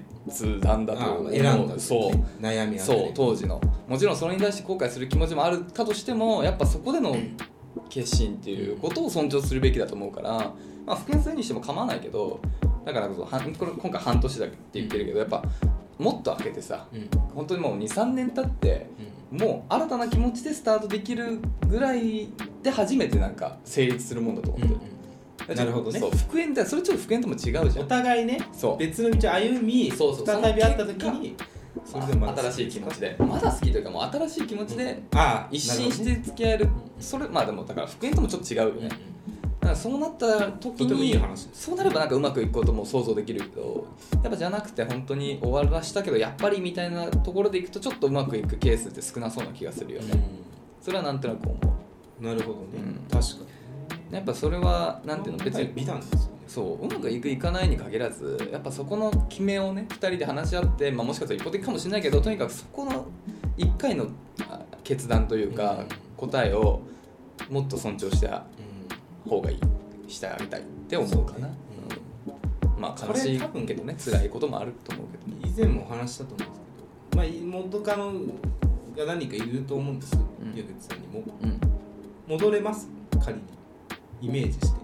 断だと
あ
思う
選んだんだ
そう
悩みあったり
そう当時のもちろんそれに対して後悔する気持ちもあるかとしてもやっぱそこでの決心っていうことを尊重するべきだと思うから、まあ、不健性にしても構わないけどだからこそはんこれ今回半年だって言ってるけどやっぱもっと開けてさ
うん
本当にもう23年経って
う
もう新たな気持ちでスタートできるぐらいで初めてなんか成立するもんだと思
ん
ってる、
うんなるほどね
そう復縁ってそれちょっと復縁とも違うじゃ
お
ん
互いね
そう
別の道を歩み
そうそう
再び会った時にそれでもまだ
新しい気持ちでまだ好きというかもう新しい気持ちで
ああ
一新し
なる
て付き合えるそれまあでもだから復縁ともちょっと違うよ
ほど
ね
ね、
だからそうなった
と
時
てもいい
に
話です
そうなればなんかうまくいくことも想像できるけどやっぱじゃなくて本当に終わらしたけどやっぱりみたいなところでいくとちょっとうまくいくケースって少なそうな気がするよねそれはなんとなく思う
うんなるほどね、
うん
確か
やっぱそれは
に
なんていうの別に
美談ですよね
そううまくいくいかないに限らずやっぱそこの決めをね2人で話し合って、まあ、もしかしたら一方的かもしれないけどとにかくそこの1回のあ決断という
う
か
ん
答えをもっと尊重した方がいいしてあげたいって思うか
そう
な
ね
うんまあ悲しい
これ多分
けどね辛いこともあると思うけどね
うん以前もお話ししたと思うんですけどまあ元カノが何かいると思うんですよ、
うん
矢口さんにも
うん
戻れます仮にイメージして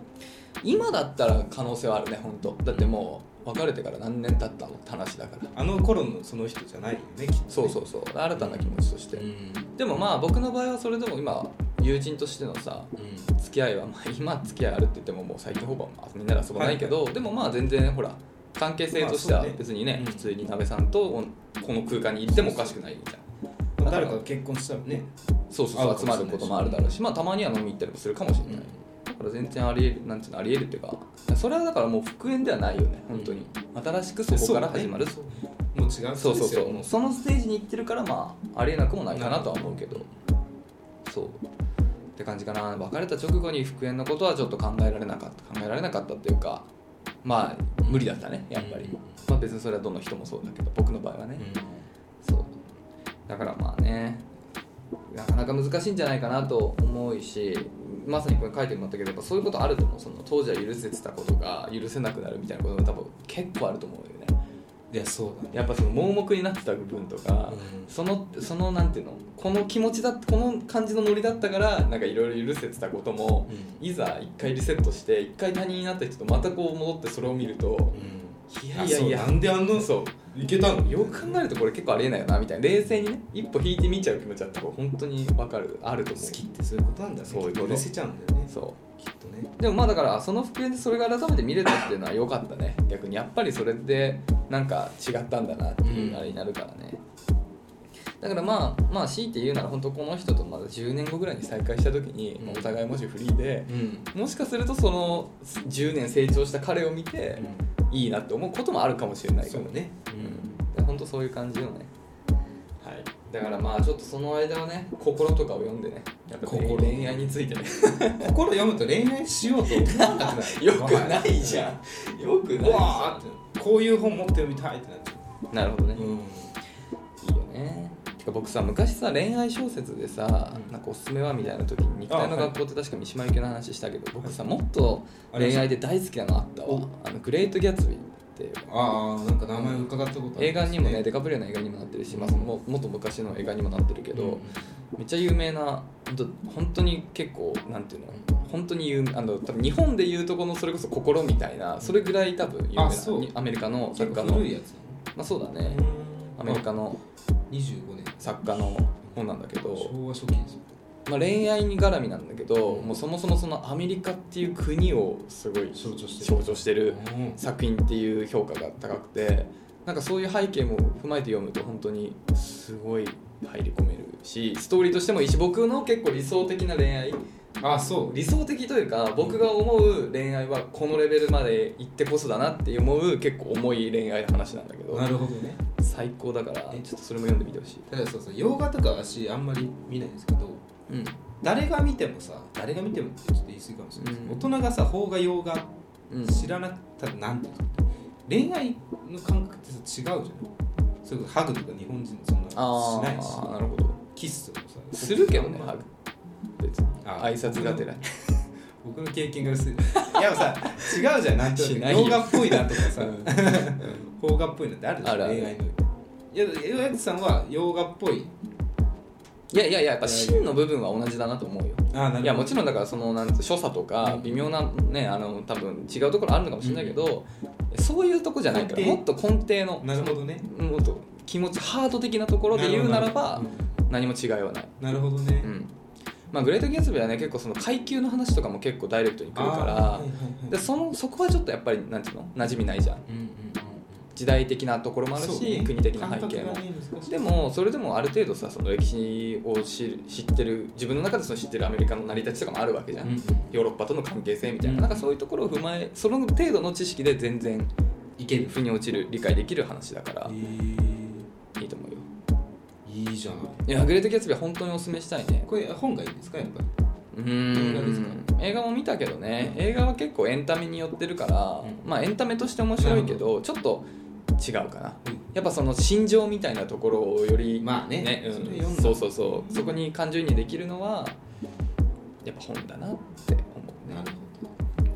今だったら可能性はあるね本当だってもう別れてから何年経ったのって話だから
あの頃のその人じゃないよねきっとね
そうそうそう新たな気持ちとして、
うん
でもまあ僕の場合はそれでも今友人としてのさ
う
付き合いはまあ今付き合いあるって言ってももう最近ほぼみんなで遊ばないけど、でもまあ全然ほら関係性として
ま
は
あそうね
別にね,、
うん
普通に鍋さんとおこの空間に行ってもおかしくないみたいなん
まあ誰かが結婚したらね
そうそうそう集ま
合うかもしれない
ることもあるだろうしまあたまには飲み行ったりもするかもしれない、
うん
だから全然ありえるなんていうのありえるっていうかそれはだからもう復縁ではないよね本当に、新しくそこから始まる
そうねもう違う
そうそうそう
もう
そのステージに行ってるからまあありえなくもないかなとは思うけどそうって感じかな別れた直後に復縁のことはちょっと考えられなかった考えられなかったっていうかまあ無理だったねやっぱり、
うん
まあ別にそれはどの人もそうだけど僕の場合はね、そうだからまあねなかなか難しいんじゃないかなと思うしまさにこれ書いてもらったけどやっぱそういうことあると思うその当時は許せてたことが許せなくなるみたいなことが多分結構あると思うよね
いやそうだね
やっぱその盲目になってた部分とか、
うん
そのそのなんていうのこの気持ちだこの感じのノリだったからなんかいろいろ許せてたことも、
う
いざ一回リセットして一回他人になった人とまたこう戻ってそれを見ると、いやいやいや
あそうなんであんな
そう
いけたの
よく考えるとこれ結構ありえないよなみたいな冷静にね一歩引いて見ちゃう気持ちだったら本当にわかるあると思う
好きってそういうことなんだね
そういうこと
許せちゃうんだよね
そ
きっとね
うでもまあだからその復縁でそれが改めて見れたっていうのは良かったね逆にやっぱりそれでなんか違ったんだなっていうあれになるからね、だからまあまあ強いて言うなら本当この人とまだ10年後ぐらいに再会した時に、
うん
お互いもしフリーで
うん
もしかするとその10年成長した彼を見て、いいなって思うこともあるかもしれないか
そ
ら
うね
うん、本当そういう感じよねはいだからまあちょっとその間はね心とかを読んでねやっぱ
心
恋愛についてね
心読むと恋愛しようと思わなくなる
よくないじゃんよくないじ
うわ
ゃ
ーってこういう本持って読みたいってなっちゃ
んなるほどね
う、うん
いいよねてか僕さ昔さ恋愛小説でさ、
うん
なんかおすすめはみたいな時に肉体の学校って確か三島由紀夫の話したけど僕さもっと恋愛で大好きなのあったわあのグレート・ギャツビーっていう
ああなんか名前伺ったことある
映画にもね
出
デカプリオの映画にもなってるし、まあ、そのももっと昔の映画にもなってるけど、めっちゃ有名な本当本当に結構なんていうの本当に有名あの多分日本でいうとこのそれこそ心みたいなそれぐらい多分有名な
あそう
にアメリカの
結
作家
構
の
古いやつ
まあそうだ
なの
ねアメリカの
25年
作家の本なんだけど、
昭和初期ですよ
まあ、恋愛に絡みなんだけどもうそもそもそのアメリカっていう国をすごい
象徴してる
象徴してる
うん
作品っていう評価が高くてなんかそういう背景も踏まえて読むと本当にすごい入り込めるしストーリーとしてもいいし僕の結構理想的な恋愛
あそう
理想的というか僕が思う恋愛はこのレベルまで行ってこそだなって思う結構重い恋愛の話なんだけど
なるほどね
最高だからちょっとそれも読んでみてほしい、
ただそうそう洋画とか私あんまり見ないんですけど
うん、
誰が見てもさ誰が見てもってちょっと言い過ぎかもしれないですけど、
うん
大人がさ邦画洋画
うん
知らなかったらなんていうんですか恋愛の感覚ってさ違うじゃないそれこそハグとか日本人そんな
あ
し
あ
ないし
なるほど
キスとかもさ
するけどねハグ別に
あ
挨拶がてら
僕の経験が薄いいやさ違うじゃんなんていう
し
の
ないよ
洋画っぽいなとかさ
うん
邦画っぽいなってあるじゃん
あるある
恋愛のいや岩崎さんは洋画っぽい
いやいやいややっぱ真の部分は同じだなと思うよ
ああなるほど
いやもちろんだからそのなんて所作とか
うん
微妙なねあの多分違うところあるのかもしれないけど、そういうとこじゃないから
根底
もっと根底の
なるほどね
もっと気持ちハート的なところで言うならば何も違いはない、
なるほどね、
うんまあ、グレート・ギャツビーはね結構その階級の話とかも結構ダイレクトに来るから
あーはいはいはい
でそのそこはちょっとやっぱりなんていうの馴染みないじゃん
うんうんうん
時代的なところもある
そう
し、
ね
国的な背景
感覚
も
が。ね難しい
でもそれでもある程度さその歴史を知る知ってる自分の中でその知ってるアメリカの成り立ちとかもあるわけじゃん、
うん
ヨーロッパとの関係性みたいな,、
うん
なんかそういうところを踏まえその程度の知識で全然
いける
腑に落ちる理解できる話だから
え
いいと思うよ
ー、いいじゃない
いやグレート・キャツビーは本当におすすめしたいね
これ本がいいですかやっぱり
う
映画です
ーん映画も見たけどね映画は結構エンタメに寄ってるから、
うん
まあエンタメとして面白いけどちょっと違うかな
うん
やっぱその心情みたいなところをより
まあね
ねうん
それ読んだ
そうそうそうそこに感情移入できるのはやっぱ本だなって思うね
なる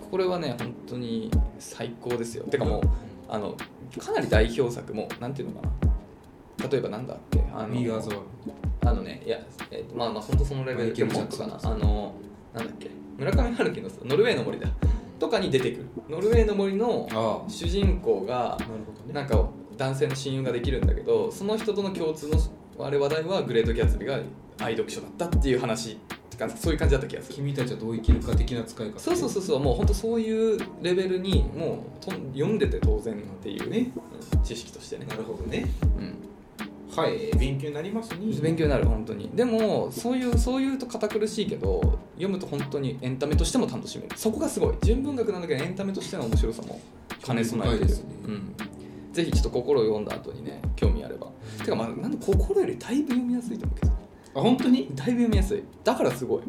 ほ
これはね本当に最高ですよてかもう
ど
あのかなり代表作もうなんていうのかな例えばなんだっけあ
あ
の
の右側そう
あのねいや、えっとまあまあ本当そのレベルでもっとかなあのなんだっけ村上春樹のさ「ノルウェーの森だ」とかに出てくるノルウェーの森の
ああ
主人公が
なるほどね
なんか男性の親友ができるんだけどその人との共通のあれ話題はグレート・ギャツビーが愛読書だったっていう話とかそういう感じだった気がする
君たちはどう生きるか的な使い方
そうそうそうそうもう本当そういうレベルにもうとん読んでて当然っていう、
ね
うん知識としてね、
なるほどね
うん、
はい勉強になりますね
勉強になる本当にでもそういうそういうと堅苦しいけど読むと本当にエンタメとしても楽しめるそこがすごい純文学なんだけどエンタメとしての面白さも兼ね備え
興
て
味深い
る
ですね
うん、ぜひちょっと心を読んだ後にね興味あればてかまあなんで心よりだいぶ読みやすいと思うけど
あ本当に
だいぶ読みやすいだからすごい、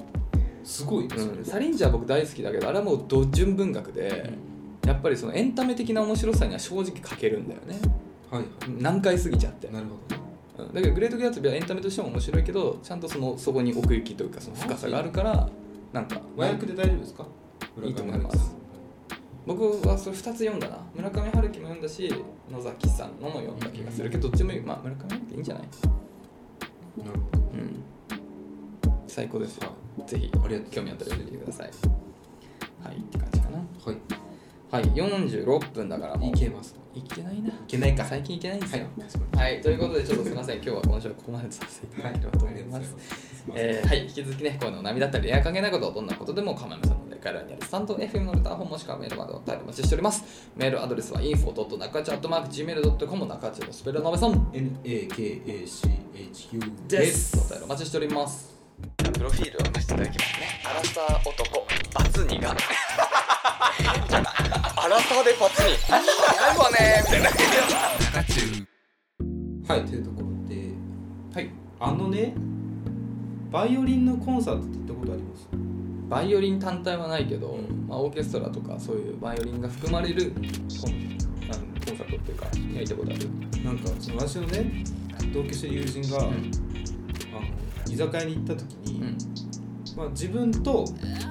すごいで
う
すね
ん、サリンジャー僕大好きだけどあれはもうど純文学でやっぱりそのエンタメ的な面白さには正直欠けるんだよね
はいは
難解すぎちゃって
いなるほどね
うんだけどグレート・ギャツビーはエンタメとしても面白いけどちゃんとそのそこに奥行きというかその深さがあるからなんか
和訳で大丈夫ですか
いいと思い
村上春
ま
樹さ
す
ん
僕はそれ2つ読んだな村上春樹も読んだし野崎さんのも読んだ気がするけどどっちもいいまあ村上春樹いいんじゃない
なるほど
うん最高ですよぜひ
ありがとうございます
興味あったら読んでみてくださいはいって感じかな
はい
はい46分だからもう
いけます
いけないない
けないか
最近いけないんです
はい
よはい、ということでちょっとすいません今日は今週はここまでとさせていただければと思いますえーはい、引き続きね、こういうの涙だったり、恋愛関係ないこと、どんなことでも構いませんので、概要欄にあるスタンド FM のレター本もしくはメールまでお便りお待ちしております。メールアドレスは info.nakachi.gmail.com 中地のスペルのべさん
NAKACHQ
お便りお待ちしております。プロフィールを出していただきますね。アラサー男、バツ2が。アラサーでバツ2。やるわねみたいな。
はいというところで
はい。
あのねバイオリンのコンサートって行ったことあります
バイオリン単体はないけど、
うん
まあ、オーケストラとかそういうバイオリンが含まれるコンあのコンサートっていうかやりたことある、
なんかその私のね同居してる友人が、あの居酒屋に行った時に、
うん
まあ、自分とお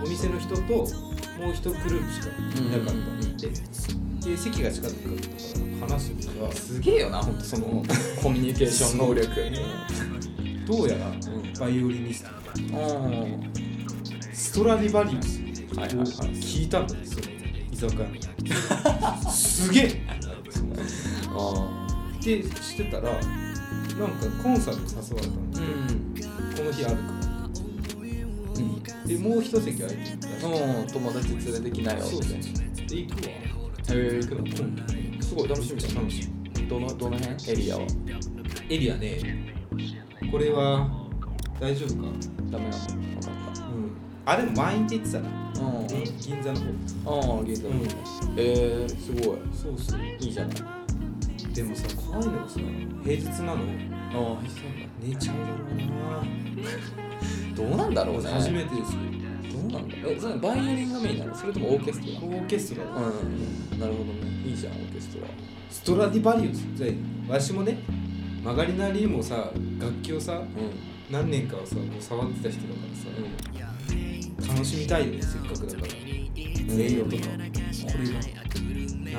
店の人ともう一グループしかいなかったんで,、で席が近かったから話してたら
すげえよな本当そのコミュニケーション能力
どうやらバイオリニスト
うん
ストラディバリウス
はいはいはい
聞いたんだよそれ居酒屋に すげえ
あ
ってしてたらなんかコンサート誘われたんで
ーうん
この日あるからでもう一席空いてるから
うん友達連れてきなよ
そう
って
そうそうで行くわ
え行くの
うん
すごい楽しみじゃん
楽しい
どのどの辺エリアは
エリアねこれは大丈夫か
ダメなの分かっ
うんあでも満員って言ってたな
たうん
で銀座の方
ああ銀座の
うん
えー、すごい
そうそう
いいじゃない
でもさこういうのがさ平日なの
ああいいじゃない
寝ちゃうだろう
どうなんだろうね
な初めてですよ
どうなんだえそれバイオリンがメインなのそれともオーケスト
オーケスト
ラ
ラ
うんなるほどねいいじゃんオーケストラ
ストラディバリウスじゃあわしもね曲がりなりにもさ楽器をさ
うん
何年かはさもう触ってた人だからさ、楽しみたいよねせっかくだから名誉とかこれが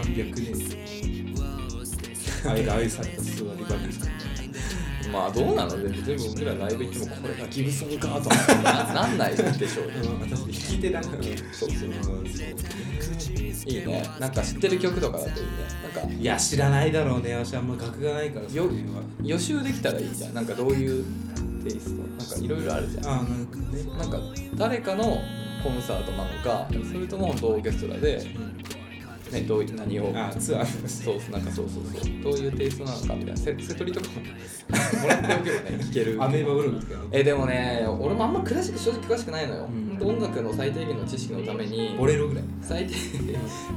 何百年間愛されたストラディバリウス
まあどうなので全部僕らライブ行ってもこれがギブソンかとかななんないでしょうね
私聞いてなくて
そうそういいねなんか知ってる曲とかだといいねなんか
いや知らないだろうね私あんま学がないから
よ
そういうのは
予習できたらいいじゃんなんかどういうテイストなんかいろいろあるじゃん
あなんかね
なんか誰かのコンサートなのかそれとも本当オーケストラで
ね、どういった何を
あツアーです
そうなんかそうそうそうどういうテイストなのかみたいなセセトリとかももらっ ておけばね聞ける
アメーバブログとかね
えでもね俺もあんま詳しく正直詳しくないのよ、
うん
ほんと音楽の最低限の知識のために
ボレロぐらい
最 低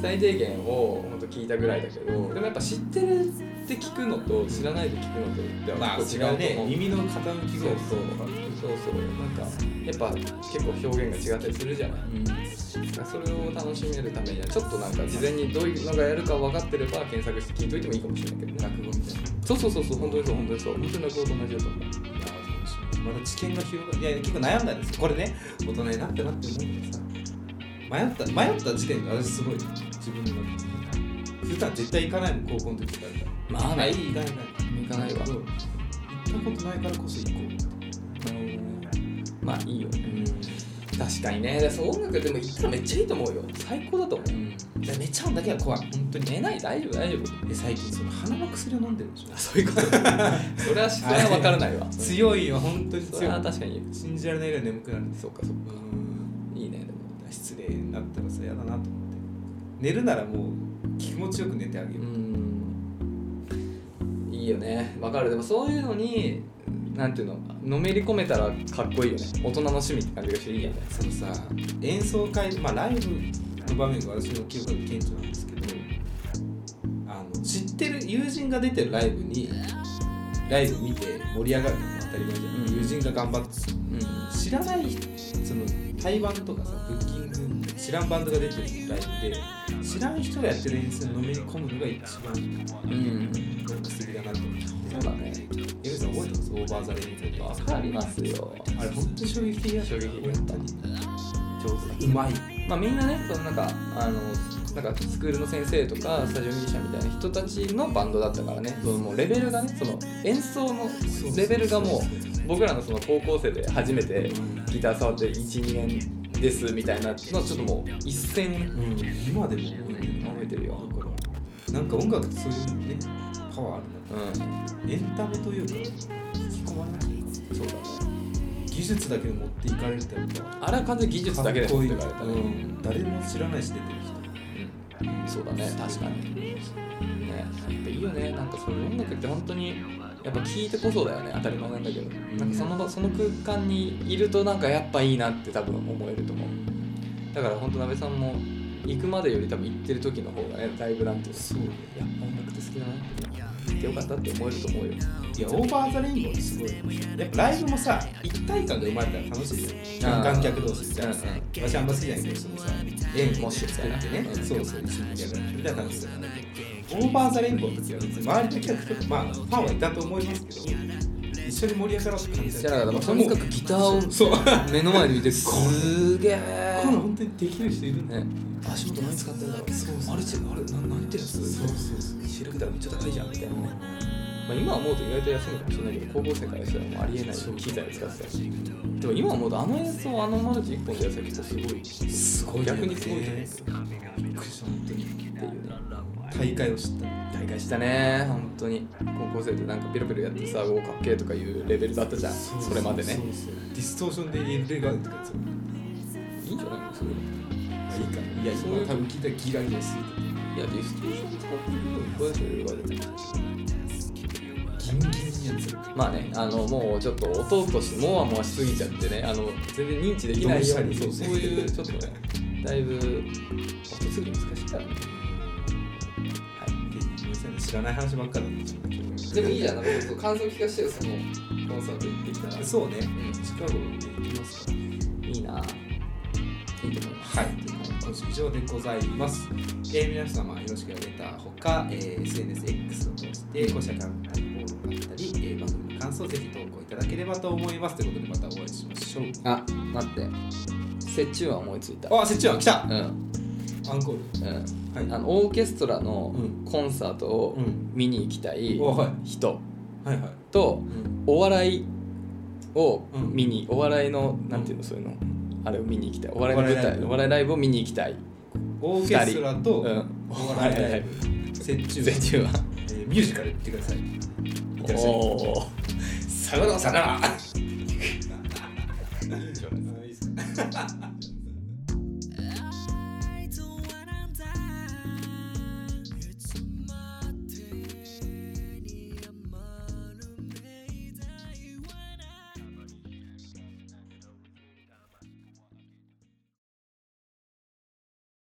最低限を本当聞いたぐらいだけどでもやっぱ知ってるって聞くのと知らないで聞くのとって
ま
は
あ
結
違
構違
う
うと
ね
思う、
耳の傾き
そう
ぐらい
そうそうそうなんかやっぱ結構表現が違ったりするじゃないそれを楽しめるためにはちょっとなんか事前にどういうのがやるか分かってれば検索して聞いといてもいいかもしれないけどね
落語みたいな
そうそうそうそう本当にそう本当にそう本当に落語と同じだと思う
いやまた知見が広がるいや結構悩んだんですよこれね大人になってなって思うんだけどさ迷った迷った時点が私すごい自分の中で普段絶対行かないもん高校の時とから
まあね
い行かない行
行かないわ
かない行ったことないからこそ行こ
まあいいよ確かにねそう音楽でも行ったらめっちゃいいと思うよ最高だと思う
う、うん、だめちゃうんだけは怖い本当に
寝ない大丈夫大丈夫
で最近その鼻の薬を飲んでるでしょ
そういうことそれはそれは分からないわ
強いよ本当に
それ
強
はい確かに
信じられないぐらい眠くなるんです
そうかそうかいいねでも
失礼になったらさ嫌だなと思って寝るならもう気持ちよく寝てあげよう、
うんいいよね分かるでもそういうのになんていうののめり込めたらかっこいいよね大人の趣味って感じがしていいよね
そのさ演奏会まあライブの場面が私の記憶が顕著なんですけどあの知ってる友人が出てるライブにライブ見て盛り上がるのも当たり前じゃない、
うん
友人が頑張って
うん
知らないその対バンとかさブッキング知らんバンドが出てるライブで知らん人がやってる演奏にのめり込むのが一番
うん
薬だなと思って
そうだね
江口さん覚えてますオーバーザレインとか
分かりますよ
あれ本当に衝撃的だった
衝撃的だった上手だ
うまい
まあ、みんなねそのなんかあのなんかスクールの先生とかスタジオミュージシャンみたいな人たちのバンドだったからねそのもうレベルがねその演奏のレベルがもう僕らのその高校生で初めてギター触って12年ですみたいなのちょっともう一線をね
うん、今でも覚えてるな
覚えてるよ、
なんか音楽ってそういうねパワーある
うん、
なエンタメというか引き込まれない
そうだね
技術だけで持っていかれるってやっぱ
あれは完全に技術だけで
かっこいい
持ってかれたね、
うん、誰も知らないし出てる
うんそうだね確かにねやっぱいいよねなんかそういう音楽って本当にやっぱ聴いてこそだよね当たり前なんだけどなんかその場その空間にいるとなんかやっぱいいなって多分思えると思うだから本当鍋さんも行くまでより多分行ってる時の方がねだいぶなんていうの
そうね
やっぱ音楽って好きだなって行ってよかったって思えると思うよ
人いやオーバーザレインボーってすごいやっぱライブもさ一体感が生まれたら楽しいよ
あー
観客同士じゃあさ
うん
私あんま好きじゃないけどそのさ縁もし作ってね
うん
そうそう一緒にやるみたいな感じでオーバーザレインボーの時は別に周りの客とかまあファンはいたと思いますけど一緒に盛り上がろうって感じ
じゃあだからもうとにかくギターを
そう
目の前で見てすげえ
こういうの本当にできる人いるんだよ
ね足元何使ってんだろう
そうそう
あれちあれななんてやつ
そうそうそう
調べたらめっちゃ高いじゃんみたいなね、まあ、今思うと意外と安いのかもしれないけど高校生からしたらもうありえない機材を使ってたしでも今思うとあの演奏あのマルチ1本でやつは結構すごい
すごいよね
逆にすごいと思う
びっくりした本当に
っていうね
大会を知った
大会したね本当に高校生でなんかピロピロやってさ「おかっけ」とかいうレベルだったじゃんそれまでね
うそうディストーションでエレガンとかやつ
いいんじゃないのそれ
いいかいや今多分聞いたらギラギラすると
いやディストーション使ってるよこういう人いるわけじゃない
ギンギンにやつ
まあね、あのもうちょっと音としてもわもわしすぎちゃってねあの全然認知できないように
ど
そうう
し
そ
たら
う
いい
いうちょっとねだいぶ音作り難しいからね
知らない話ばっかだった
でもいいじゃんなんかちょっと感想聞かせてよそのコンサート行ってきたら
そうね
うん
近頃で行きますから
いいないいと思います
はい、今週以上でございます。えー皆様よろしければレターほか、えー SNSX を通して、ご社間対応だったり、えー番組の感想をぜひ投稿いただければと思います。ということで、またお会いしましょう。
あ待って折衷案思いついた
あ、せっちゃん来た
うんうん
アンコール。はい
あのオーケストラの
うん
コンサートを
うん
見に行きたい
おはい
人
はいはい。
と、
うん
お笑いを
うん
見に、お笑いのなんていうのそういうのあれを見に行きたいお笑い
お
の
笑
舞
いライブ
台お笑いライブを見に行きたい
オーケストラと、
うん
お笑いライブ、せっちゅう、え
全中は
ーミュージカル行ってください。いってらっしゃい。
おお下がろう下がろう
あいいっすか